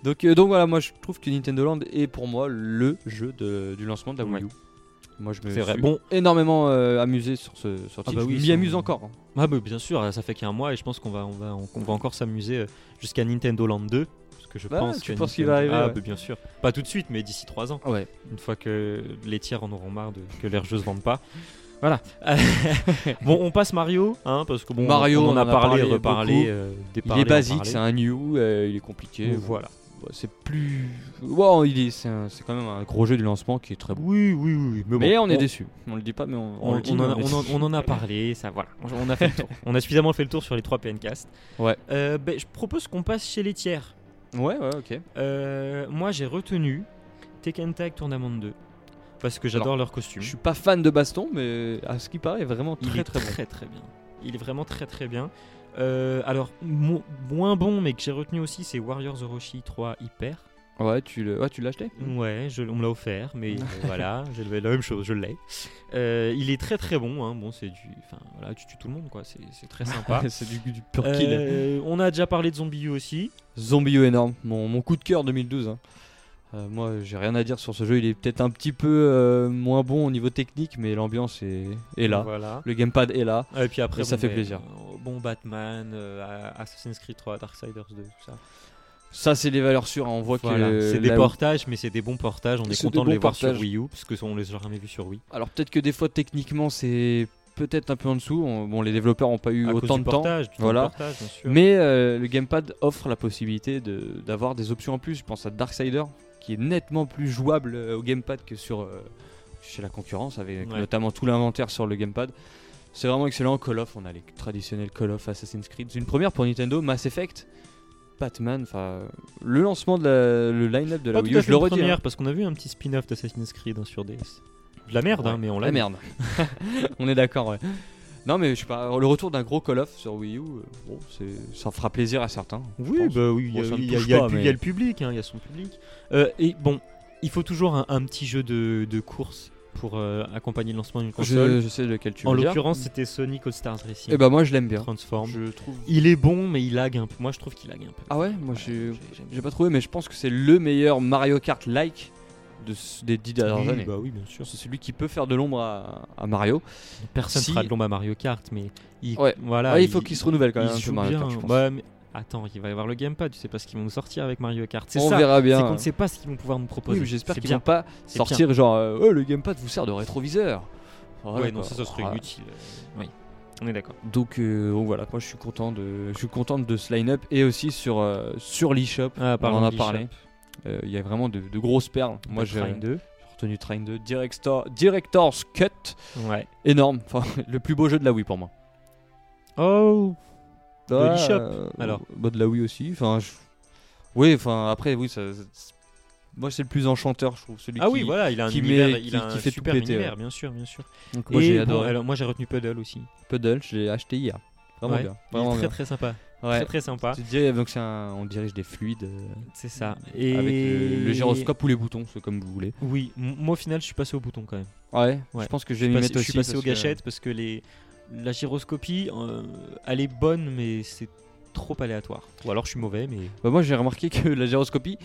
Speaker 2: Donc, euh, donc voilà, moi je trouve que Nintendo Land est pour moi le jeu de- du lancement de la
Speaker 1: Ouais.
Speaker 2: Wii U. Moi je me
Speaker 1: C'est vrai.
Speaker 2: suis
Speaker 1: Bon.
Speaker 2: énormément euh, amusé sur ce sur
Speaker 1: Ah
Speaker 2: titre.
Speaker 1: bah oui,
Speaker 2: je m'y
Speaker 1: c'est-
Speaker 2: amuse encore. hein.
Speaker 1: Ah, bah, bien sûr, ça fait qu'un mois et je pense qu'on va, on va, on, qu'on va encore s'amuser euh, jusqu'à Nintendo Land 2. Parce que je
Speaker 2: Bah,
Speaker 1: pense
Speaker 2: tu
Speaker 1: que
Speaker 2: penses qu'il
Speaker 1: Nintendo-
Speaker 2: va arriver,
Speaker 1: Ah,
Speaker 2: ouais.
Speaker 1: bah, bien sûr. Pas tout de suite, mais d'ici 3 ans.
Speaker 2: Ouais.
Speaker 1: une fois que les tiers en auront marre de, que les jeux se vendent pas. Voilà. bon, on passe Mario, hein, parce que bon,
Speaker 2: Mario,
Speaker 1: on en a, parlé,
Speaker 2: beaucoup.
Speaker 1: reparlé, euh,
Speaker 2: Il
Speaker 1: déparlé,
Speaker 2: est basique,
Speaker 1: reparlé.
Speaker 2: c'est un new, euh, il est compliqué.
Speaker 1: Voilà.
Speaker 2: ouais, c'est plus. Wow, il est, c'est, un- c'est quand même un gros jeu du lancement qui est très bon.
Speaker 1: Oui, oui, oui. Mais, bon,
Speaker 2: mais on, est
Speaker 1: on-
Speaker 2: déçu. On le dit pas, mais on, on
Speaker 1: On,
Speaker 2: le dit.
Speaker 1: on
Speaker 2: mais
Speaker 1: en, a-
Speaker 2: on est
Speaker 1: on en-
Speaker 2: déçu.
Speaker 1: on en a parlé, ça voilà. On a fait le tour. On a suffisamment fait le tour sur les trois PNcast.
Speaker 2: Ouais.
Speaker 1: Euh, ben, je propose qu'on passe chez les tiers.
Speaker 2: Ouais, ouais, ok.
Speaker 1: Euh, moi, j'ai retenu Tekken Tag Tournament 2 parce que j'adore leur costume.
Speaker 2: Je suis pas fan de baston, mais à ce qui paraît, vraiment
Speaker 1: Il
Speaker 2: très
Speaker 1: est
Speaker 2: très bon.
Speaker 1: très très bien. Il est vraiment très très bien. Euh, alors, mo- moins bon, mais que j'ai retenu aussi, c'est Warriors Orochi 3 Hyper.
Speaker 2: Ouais, tu le- ouais, tu l'as acheté
Speaker 1: Ouais, je, on me l'a offert, mais euh, voilà, j'ai le- la même chose, je l'ai. Euh, il est très très bon, hein. bon c'est du, enfin voilà, tu tues tout le monde quoi, c'est c'est très sympa.
Speaker 2: C'est du, du pur
Speaker 1: Ah.
Speaker 2: kill.
Speaker 1: Euh, on a déjà parlé de Zombie U aussi.
Speaker 2: Zombie U énorme, mon, mon coup de cœur 2012. hein. Euh, moi, j'ai rien à dire sur ce jeu. Il est peut-être un petit peu euh, moins bon au niveau technique, mais l'ambiance est, est là.
Speaker 1: Voilà.
Speaker 2: Le gamepad est là.
Speaker 1: Et puis après,
Speaker 2: Et ça
Speaker 1: bon,
Speaker 2: fait
Speaker 1: ben,
Speaker 2: plaisir.
Speaker 1: euh, bon Batman, euh, Assassin's Creed 3, Darksiders 2, tout ça.
Speaker 2: Ça, c'est les valeurs sûres. hein. On voit
Speaker 1: Voilà,
Speaker 2: que
Speaker 1: c'est
Speaker 2: là
Speaker 1: des
Speaker 2: où-
Speaker 1: portages, mais c'est des bons portages. On est
Speaker 2: C'est des
Speaker 1: content de les
Speaker 2: bons
Speaker 1: voir sur
Speaker 2: portages.
Speaker 1: Wii U, parce que ça, on les a jamais vus sur Wii.
Speaker 2: Alors peut-être que des fois, techniquement, c'est peut-être un peu en dessous. On- Bon, les développeurs n'ont pas eu
Speaker 1: À cause
Speaker 2: autant
Speaker 1: du
Speaker 2: de temps.
Speaker 1: portage, du temps de
Speaker 2: voilà.
Speaker 1: portage, bien sûr.
Speaker 2: Mais euh, le gamepad offre la possibilité de- d'avoir des options en plus. Je pense à Darksider, qui est nettement plus jouable euh, au gamepad que sur, euh, chez la concurrence, avec
Speaker 1: Ouais.
Speaker 2: notamment tout l'inventaire sur le gamepad. C'est vraiment excellent. Call of, on a les traditionnels Call of, Assassin's Creed. C'est une première pour Nintendo, Mass Effect, Batman, enfin le lancement de la, le line-up de la
Speaker 1: Pas
Speaker 2: Wii
Speaker 1: tout à
Speaker 2: U,
Speaker 1: fait
Speaker 2: je le
Speaker 1: une
Speaker 2: redis.
Speaker 1: première,
Speaker 2: hein.
Speaker 1: parce qu'on a vu un petit spin-off d'Assassin's Creed hein, sur DS. De la merde, hein, mais on l'a.
Speaker 2: La
Speaker 1: vu.
Speaker 2: Ah, merde. on est d'accord, ouais. Non mais je sais pas, le retour d'un gros Call of sur Wii U, euh, bon, c'est- ça fera plaisir à certains. je
Speaker 1: Oui,
Speaker 2: pense.
Speaker 1: bah oui, il y a-
Speaker 2: Bon, ça ne
Speaker 1: il y, a-
Speaker 2: touche
Speaker 1: il y a
Speaker 2: pas,
Speaker 1: le pu-
Speaker 2: mais-
Speaker 1: il y a le public, hein, il y a son public. Euh, et bon, il faut toujours un, un petit jeu de, de course pour euh, accompagner le lancement d'une console.
Speaker 2: Je, je sais lequel tu
Speaker 1: en
Speaker 2: veux dire. mm.
Speaker 1: l'occurrence, c'était Sonic All Stars Racing.
Speaker 2: Et bah moi je l'aime bien.
Speaker 1: Transform.
Speaker 2: Je trouve.
Speaker 1: Il est bon, mais il lag un peu. Moi, je trouve qu'il lag un peu.
Speaker 2: Ah ouais, moi
Speaker 1: Ouais,
Speaker 2: j'ai
Speaker 1: j'aime
Speaker 2: j'ai pas trouvé, mais je pense que c'est le meilleur Mario Kart like de ce- des dix dernières
Speaker 1: oui,
Speaker 2: années.
Speaker 1: bah oui, bien sûr.
Speaker 2: C'est celui qui peut faire de l'ombre à, à Mario.
Speaker 1: Personne
Speaker 2: Si-
Speaker 1: fera de l'ombre à Mario Kart, mais il,
Speaker 2: Ouais.
Speaker 1: voilà,
Speaker 2: Ouais, il faut qu'il se renouvelle quand
Speaker 1: il
Speaker 2: même. un
Speaker 1: se
Speaker 2: peu
Speaker 1: joue
Speaker 2: Mario
Speaker 1: bien. Bah,
Speaker 2: Kart, je pense.
Speaker 1: Ouais, mais Attends, il va y avoir le gamepad. Tu sais pas ce qu'ils vont nous sortir avec Mario Kart. C'est
Speaker 2: On
Speaker 1: ça.
Speaker 2: verra
Speaker 1: C'est qu'on
Speaker 2: bien.
Speaker 1: ne sait pas ce qu'ils vont pouvoir nous
Speaker 2: Oui,
Speaker 1: proposer.
Speaker 2: mais j'espère
Speaker 1: C'est
Speaker 2: qu'ils
Speaker 1: bien.
Speaker 2: vont pas
Speaker 1: C'est
Speaker 2: sortir genre euh, Oh, le gamepad vous sert de rétroviseur. Oh, Voilà,
Speaker 1: ouais, non,
Speaker 2: quoi.
Speaker 1: ça, ça serait
Speaker 2: Voilà.
Speaker 1: inutile. Ah. Oui, on est d'accord.
Speaker 2: Donc, euh, donc voilà, moi je suis content de je suis content de ce line-up et aussi sur euh, sur l'eShop.
Speaker 1: Ah,
Speaker 2: on
Speaker 1: parlons
Speaker 2: en a
Speaker 1: de
Speaker 2: parlé.
Speaker 1: l'eShop.
Speaker 2: Euh, Il y a vraiment de, de grosses perles. Moi j'ai
Speaker 1: Train 2.
Speaker 2: j'ai retenu Train 2, Director, Director's Cut.
Speaker 1: Ouais.
Speaker 2: énorme. Enfin, le plus beau jeu de la Wii pour moi.
Speaker 1: Oh.
Speaker 2: De
Speaker 1: l'eShop, alors.
Speaker 2: bah, De la Wii aussi. Enfin, je- Oui, enfin, après, oui, ça. ça- Moi, c'est le plus enchanteur, je trouve. Celui
Speaker 1: Ah
Speaker 2: qui...
Speaker 1: oui, voilà, il a un
Speaker 2: qui met-
Speaker 1: univers, il
Speaker 2: qui-
Speaker 1: a un
Speaker 2: qui fait tout
Speaker 1: super
Speaker 2: péter,
Speaker 1: univers, bien sûr, bien sûr.
Speaker 2: Donc, moi,
Speaker 1: Et
Speaker 2: j'ai
Speaker 1: bon,
Speaker 2: adoré.
Speaker 1: alors, moi, j'ai retenu Puddle aussi.
Speaker 2: Puddle, je l'ai acheté hier. Vraiment
Speaker 1: Ouais.
Speaker 2: bien.
Speaker 1: Il
Speaker 2: Vraiment
Speaker 1: est très
Speaker 2: bien.
Speaker 1: très sympa,
Speaker 2: Ouais.
Speaker 1: très très sympa.
Speaker 2: Tu te dirais, donc, c'est un- on dirige des fluides euh,
Speaker 1: C'est ça. Et
Speaker 2: avec le, le gyroscope ou les boutons, c'est comme vous voulez.
Speaker 1: Oui, m- moi au final, je suis passé au bouton quand même.
Speaker 2: Ouais,
Speaker 1: Ouais.
Speaker 2: je pense que je vais
Speaker 1: Je
Speaker 2: m'y
Speaker 1: suis passé-
Speaker 2: mettre
Speaker 1: je
Speaker 2: aussi.
Speaker 1: suis passé
Speaker 2: parce
Speaker 1: aux
Speaker 2: que-
Speaker 1: gâchettes parce que les la gyroscopie, euh, elle est bonne, mais c'est trop aléatoire. Ou alors je suis mauvais, mais
Speaker 2: Bah, moi j'ai remarqué que la gyroscopie,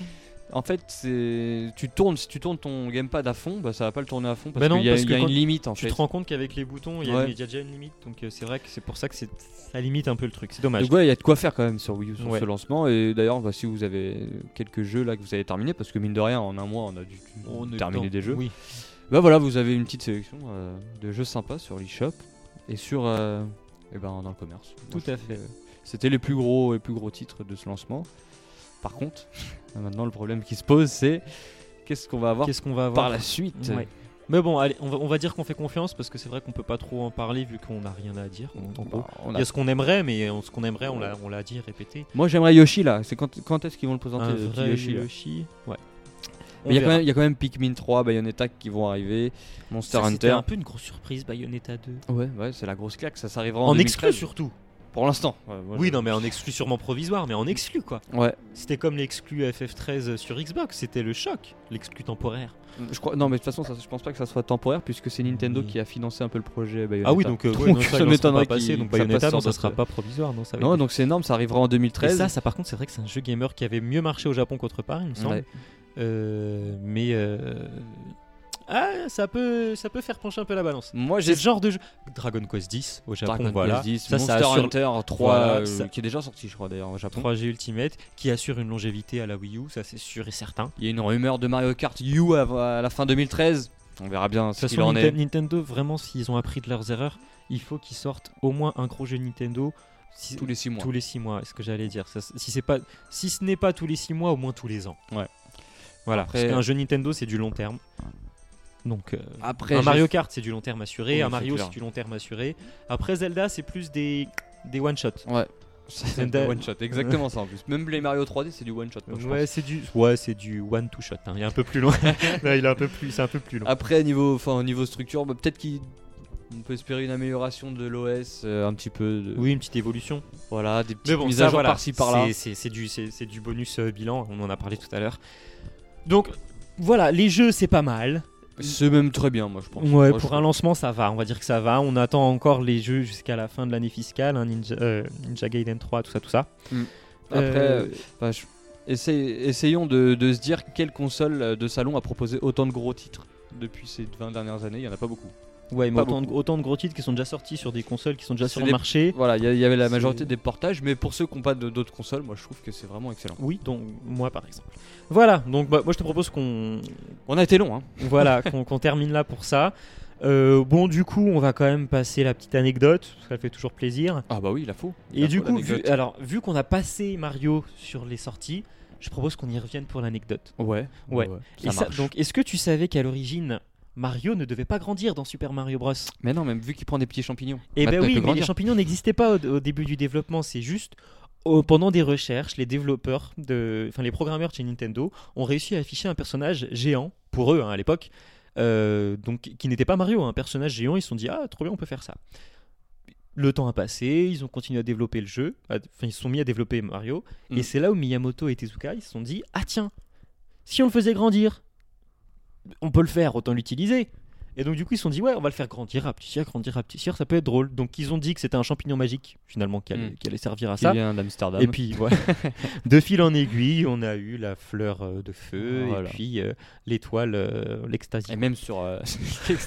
Speaker 2: en fait, c'est tu tournes, si tu tournes ton gamepad à fond, bah ça va pas le tourner à fond parce
Speaker 1: Bah non,
Speaker 2: qu'il y a,
Speaker 1: parce
Speaker 2: il
Speaker 1: que
Speaker 2: y a
Speaker 1: quand
Speaker 2: une limite en
Speaker 1: tu
Speaker 2: fait.
Speaker 1: te rends compte qu'avec les boutons, il y, a-
Speaker 2: Ouais.
Speaker 1: il y a déjà une limite. Donc euh, c'est vrai que c'est pour ça que c'est ça limite un peu le truc. C'est dommage.
Speaker 2: Donc ouais, il y a de quoi faire quand même sur Wii U sur
Speaker 1: Ouais.
Speaker 2: ce lancement. Et d'ailleurs, bah, si vous avez quelques jeux là que vous avez terminés, parce que mine de rien, en un mois, on a dû
Speaker 1: On est
Speaker 2: terminer
Speaker 1: dans-
Speaker 2: des jeux.
Speaker 1: Oui.
Speaker 2: Bah voilà, vous avez une petite sélection euh, de jeux sympas sur l'eShop et sur euh, eh ben, dans le commerce.
Speaker 1: Tout
Speaker 2: je
Speaker 1: à
Speaker 2: trouve que C'était les plus gros les plus gros titres de ce lancement. Par contre, maintenant le problème qui se pose, c'est qu'est-ce qu'on va avoir
Speaker 1: Qu'est-ce qu'on va
Speaker 2: par
Speaker 1: avoir
Speaker 2: la suite
Speaker 1: Ouais. Mais bon, allez, on va, on va dire qu'on fait confiance parce que c'est vrai qu'on peut pas trop en parler vu qu'on n'a rien à dire. en- en gros.
Speaker 2: Bah, on
Speaker 1: Il
Speaker 2: a-
Speaker 1: y a ce qu'on aimerait, mais on- ce qu'on aimerait, on l'a on l'a dit, répété.
Speaker 2: Moi j'aimerais Yoshi là, c'est quand, quand est-ce qu'ils vont le présenter
Speaker 1: Un
Speaker 2: le petit
Speaker 1: vrai
Speaker 2: Yoshi, là
Speaker 1: Yoshi. Ouais. On
Speaker 2: Mais il y a quand
Speaker 1: verra.
Speaker 2: même- il y, a quand même Pikmin 3, Bayonetta qui vont arriver, Monster
Speaker 1: Ça, C'était
Speaker 2: Hunter.
Speaker 1: un peu une grosse surprise, Bayonetta 2.
Speaker 2: Ouais, ouais, c'est la grosse claque, ça s'arrivera en,
Speaker 1: En, exclu
Speaker 2: 2013.
Speaker 1: surtout.
Speaker 2: Pour l'instant. Ouais, moi,
Speaker 1: oui,
Speaker 2: je-
Speaker 1: non, mais en exclu sûrement provisoire, mais en exclu quoi.
Speaker 2: Ouais,
Speaker 1: C'était comme l'exclu FF13 sur Xbox, c'était le choc, l'exclu temporaire.
Speaker 2: je crois. Non, mais de toute façon, ça- je pense pas que ça soit temporaire puisque c'est Nintendo
Speaker 1: Oui.
Speaker 2: qui a financé un peu le projet Bayonetta.
Speaker 1: Ah oui, donc, euh, ouais, non,
Speaker 2: ça
Speaker 1: ils en sont
Speaker 2: m'étonnerait
Speaker 1: pas passé,
Speaker 2: qu'il-
Speaker 1: donc
Speaker 2: que ça
Speaker 1: Bayonetta,
Speaker 2: passe
Speaker 1: non,
Speaker 2: sans
Speaker 1: ça sera
Speaker 2: doute.
Speaker 1: pas provisoire, non, ça va
Speaker 2: Non,
Speaker 1: être-
Speaker 2: donc c'est énorme, ça arrivera en
Speaker 1: Et
Speaker 2: 2013.
Speaker 1: ça, ça par contre, c'est vrai que c'est un jeu gamer qui avait mieux marché au Japon qu'autre part, il me semble.
Speaker 2: Ouais.
Speaker 1: Euh, mais euh, ah, ça peut, ça peut faire pencher un peu la balance.
Speaker 2: Moi
Speaker 1: C'est
Speaker 2: j'ai
Speaker 1: ce genre de jeu. Dragon Quest 10 au Japon,
Speaker 2: Dragon
Speaker 1: voilà.
Speaker 2: Quest X,
Speaker 1: ça, ça
Speaker 2: Monster
Speaker 1: assure
Speaker 2: Hunter 3
Speaker 1: Voilà,
Speaker 2: euh,
Speaker 1: ça-
Speaker 2: qui est déjà sorti, je crois d'ailleurs au Japon.
Speaker 1: 3G Ultimate qui assure une longévité à la Wii U, ça c'est sûr et certain.
Speaker 2: Il y a une rumeur de Mario Kart U à, à la fin 2013. On verra bien
Speaker 1: De
Speaker 2: ce
Speaker 1: toute
Speaker 2: qu'il
Speaker 1: façon,
Speaker 2: en
Speaker 1: Ninten-
Speaker 2: est.
Speaker 1: Nintendo, vraiment, s'ils ont appris de leurs erreurs, il faut qu'ils sortent au moins un gros jeu Nintendo si-
Speaker 2: tous les 6 mois.
Speaker 1: tous les six mois, c'est ce que j'allais dire. Ça, si, c'est pas, si ce n'est pas tous les six mois, au moins tous les ans.
Speaker 2: Ouais.
Speaker 1: Voilà,
Speaker 2: Après-
Speaker 1: parce qu'un jeu Nintendo, c'est du long terme. Donc, euh,
Speaker 2: Après,
Speaker 1: un
Speaker 2: j'ai-
Speaker 1: Mario Kart, c'est du long terme assuré.
Speaker 2: Oui,
Speaker 1: un
Speaker 2: c'est
Speaker 1: Mario,
Speaker 2: clair.
Speaker 1: c'est du long terme assuré. Après, Zelda, c'est plus des, des one-shot.
Speaker 2: Ouais. C'est du
Speaker 1: Zelda-
Speaker 2: one shot, exactement ça en plus. Même les Mario 3D, c'est du one shot. moi, je
Speaker 1: Ouais, c'est du, ouais, c'est du one-two shot. hein. Il est un peu plus loin. Là, il est un peu plus, c'est un peu plus long.
Speaker 2: Après, niveau, enfin, niveau structure, bah, peut-être qu'on peut espérer une amélioration de l'OS, euh, un petit peu. De...
Speaker 1: Oui, une petite évolution.
Speaker 2: Voilà, des petites
Speaker 1: Mais bon,
Speaker 2: mises
Speaker 1: ça,
Speaker 2: à jour
Speaker 1: voilà,
Speaker 2: par-ci par-là.
Speaker 1: c'est- C'est c'est du, c'est- c'est du bonus euh, bilan. On en a parlé tout à l'heure. Donc, voilà, les jeux, c'est pas mal.
Speaker 2: C'est même très bien, moi je pense.
Speaker 1: Ouais,
Speaker 2: Moi, je
Speaker 1: pour un
Speaker 2: pense.
Speaker 1: lancement, ça va. On va dire que ça va. On attend encore les jeux jusqu'à la fin de l'année fiscale, hein, Ninja, euh, Ninja Gaiden 3, tout ça, tout ça.
Speaker 2: Hmm. Après,
Speaker 1: Euh,
Speaker 2: enfin, je- essaye- essayons de, de se dire quelle console euh, de salon a proposé autant de gros titres depuis ces 20 dernières années. Il y en a pas beaucoup.
Speaker 1: ouais, mais
Speaker 2: pas
Speaker 1: autant de,
Speaker 2: beaucoup.
Speaker 1: autant de gros titres qui sont déjà sortis sur des consoles qui sont déjà
Speaker 2: C'est
Speaker 1: sur le
Speaker 2: des-
Speaker 1: marché.
Speaker 2: Voilà, il y, a- il y avait la
Speaker 1: C'est-
Speaker 2: majorité des portages, mais pour ceux qui n'ont pas de- d'autres consoles, moi je trouve que c'est vraiment excellent.
Speaker 1: Oui, donc moi par exemple. Voilà, donc bah, moi je te propose qu'on
Speaker 2: On a été long, hein.
Speaker 1: voilà, qu'on qu'on termine là pour ça. Euh, bon, du coup, on va quand même passer la petite anecdote, parce qu'elle fait toujours plaisir.
Speaker 2: Ah bah oui, il a faux. Il
Speaker 1: Et
Speaker 2: a
Speaker 1: du
Speaker 2: faux,
Speaker 1: coup, vu,
Speaker 2: l'anecdote.
Speaker 1: alors, vu qu'on a passé Mario sur les sorties, je propose qu'on y revienne pour l'anecdote.
Speaker 2: Ouais,
Speaker 1: Ouais.
Speaker 2: ça
Speaker 1: Et ça-
Speaker 2: marche.
Speaker 1: donc, est-ce que tu savais qu'à l'origine, Mario ne devait pas grandir dans Super Mario Bros
Speaker 2: Mais non, même vu qu'il prend des petits champignons.
Speaker 1: Eh ben
Speaker 2: Maintenant, il
Speaker 1: oui, mais
Speaker 2: peut
Speaker 1: les
Speaker 2: grandir.
Speaker 1: champignons n'existaient pas au, au début du développement. C'est juste au- pendant des recherches, les développeurs, de, enfin les programmeurs de chez Nintendo, ont réussi à afficher un personnage géant pour eux hein, à l'époque, euh, donc qui n'était pas Mario, un personnage géant. Ils se sont dit ah trop bien, on peut faire ça. Le temps a passé, ils ont continué à développer le jeu, à- enfin ils se sont mis à développer Mario,
Speaker 2: Mm.
Speaker 1: et c'est là où Miyamoto et Tezuka ils se sont dit ah tiens, si on le faisait grandir, on peut le faire, autant l'utiliser. Et donc du coup ils se sont dit ouais on va le faire grandir, rapetissir, grandir, rapetissir, ça peut être drôle. Donc ils ont dit que c'était un champignon magique finalement qui allait,
Speaker 2: Mm.
Speaker 1: qui allait servir à
Speaker 2: Qui
Speaker 1: ça.
Speaker 2: vient d'Amsterdam.
Speaker 1: Et puis voilà, de fil en aiguille on a eu la fleur euh, de feu
Speaker 2: Voilà.
Speaker 1: et puis euh, l'étoile, euh, l'extasie.
Speaker 2: Et même sur, euh,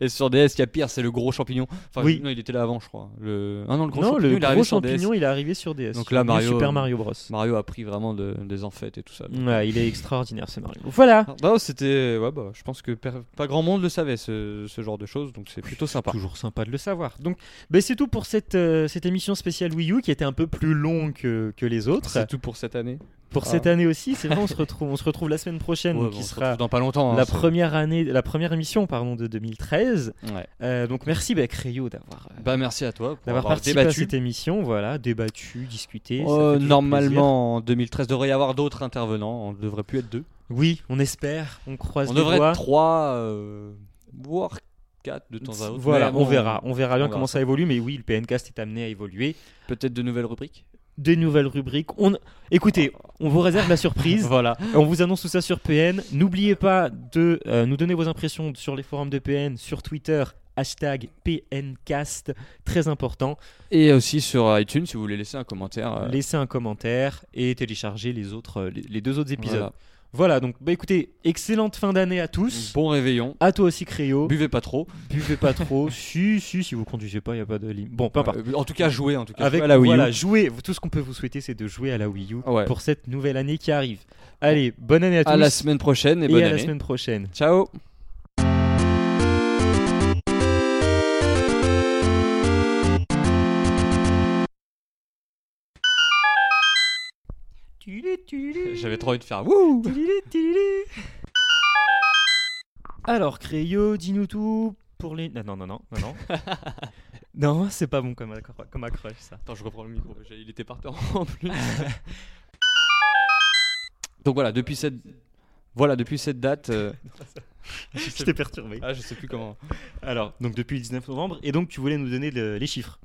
Speaker 2: et sur DS, il y a pire, c'est le gros champignon. Enfin,
Speaker 1: Oui.
Speaker 2: non, il était là avant, je crois. Le... Ah non, le gros
Speaker 1: non
Speaker 2: champignon,
Speaker 1: le
Speaker 2: il est arrivé
Speaker 1: gros
Speaker 2: sur DS.
Speaker 1: champignon il est arrivé sur DS.
Speaker 2: Donc là,
Speaker 1: sur le
Speaker 2: Mario-
Speaker 1: Super Mario Bros.
Speaker 2: Mario a pris vraiment de- des enfêtes et tout ça.
Speaker 1: Ouais, il est extraordinaire ce Mario. Voilà.
Speaker 2: Ah, Non, c'était. Ouais, bah, je pense que per- pas grand monde le savait, ce, ce genre de choses, donc c'est plutôt sympa.
Speaker 1: Ah, Toujours sympa de le savoir. Donc, ben, c'est tout pour cette, euh, cette émission spéciale Wii U qui était un peu plus longue que, que les autres.
Speaker 2: C'est tout pour cette année.
Speaker 1: Pour
Speaker 2: Ah.
Speaker 1: cette année aussi, c'est vrai, on se retrouve, on se retrouve la semaine prochaine,
Speaker 2: Ouais, bah, on
Speaker 1: qui
Speaker 2: se
Speaker 1: sera
Speaker 2: retrouve dans pas longtemps. hein,
Speaker 1: la
Speaker 2: c'est-
Speaker 1: première année, la première émission pardon de 2013.
Speaker 2: Ouais.
Speaker 1: Euh, donc merci bah, Créo d'avoir euh,
Speaker 2: Bah, merci à toi pour
Speaker 1: d'avoir
Speaker 2: avoir
Speaker 1: participé à
Speaker 2: débattu.
Speaker 1: cette émission, voilà, débattu, discuté. ça fait
Speaker 2: Euh,
Speaker 1: toujours plaisir.
Speaker 2: normalement, en 2013, devrait y avoir d'autres intervenants. On devrait plus être deux.
Speaker 1: Oui, on espère, on croise
Speaker 2: On
Speaker 1: les
Speaker 2: devrait
Speaker 1: doigts.
Speaker 2: être trois, euh, voire quatre de temps à autre.
Speaker 1: Voilà,
Speaker 2: Mais bon,
Speaker 1: on verra, on verra bien
Speaker 2: on verra
Speaker 1: comment ça évolue, mais oui, le PNcast est amené à évoluer.
Speaker 2: Peut-être de nouvelles rubriques.
Speaker 1: Des nouvelles rubriques. On, écoutez, on vous réserve la surprise.
Speaker 2: Voilà.
Speaker 1: On vous annonce tout ça sur PN. N'oubliez pas de euh, nous donner vos impressions sur les forums de PN, sur Twitter, hashtag PNcast, très important.
Speaker 2: Et aussi sur iTunes, si vous voulez laisser un commentaire. euh,
Speaker 1: Laissez un commentaire et téléchargez les, autres, euh, les, les deux autres épisodes.
Speaker 2: voilà.
Speaker 1: Voilà, donc bah, écoutez, excellente fin d'année à tous.
Speaker 2: Bon réveillon.
Speaker 1: À toi aussi, Créo.
Speaker 2: Buvez pas trop.
Speaker 1: Buvez pas trop. si, si, si vous conduisez pas, il n'y a pas de limite. Bon, peu importe.
Speaker 2: Euh, en tout cas, jouez. En tout cas,
Speaker 1: Avec,
Speaker 2: jouez à la Wii U.
Speaker 1: voilà, jouez. Tout ce qu'on peut vous souhaiter, c'est de jouer à la Wii U
Speaker 2: Ouais.
Speaker 1: pour cette nouvelle année qui arrive. Allez, bonne année à tous.
Speaker 2: À la semaine prochaine et, bonne
Speaker 1: et à
Speaker 2: année.
Speaker 1: la semaine prochaine.
Speaker 2: Ciao. J'avais trop envie de faire wouh.
Speaker 1: Alors, Créo, dis-nous tout pour les. Non, non, non, non, non. Non, non c'est pas bon comme, accro- comme accroche, ça.
Speaker 2: Attends, je reprends le micro. j'ai- Il était par terre en plus. Donc voilà, depuis cette, voilà, depuis cette date. euh, ah, je
Speaker 1: Je
Speaker 2: sais
Speaker 1: t'ai perturbé.
Speaker 2: Ah, je sais plus comment.
Speaker 1: Alors, donc depuis le 19 novembre, et donc tu voulais nous donner le- les chiffres.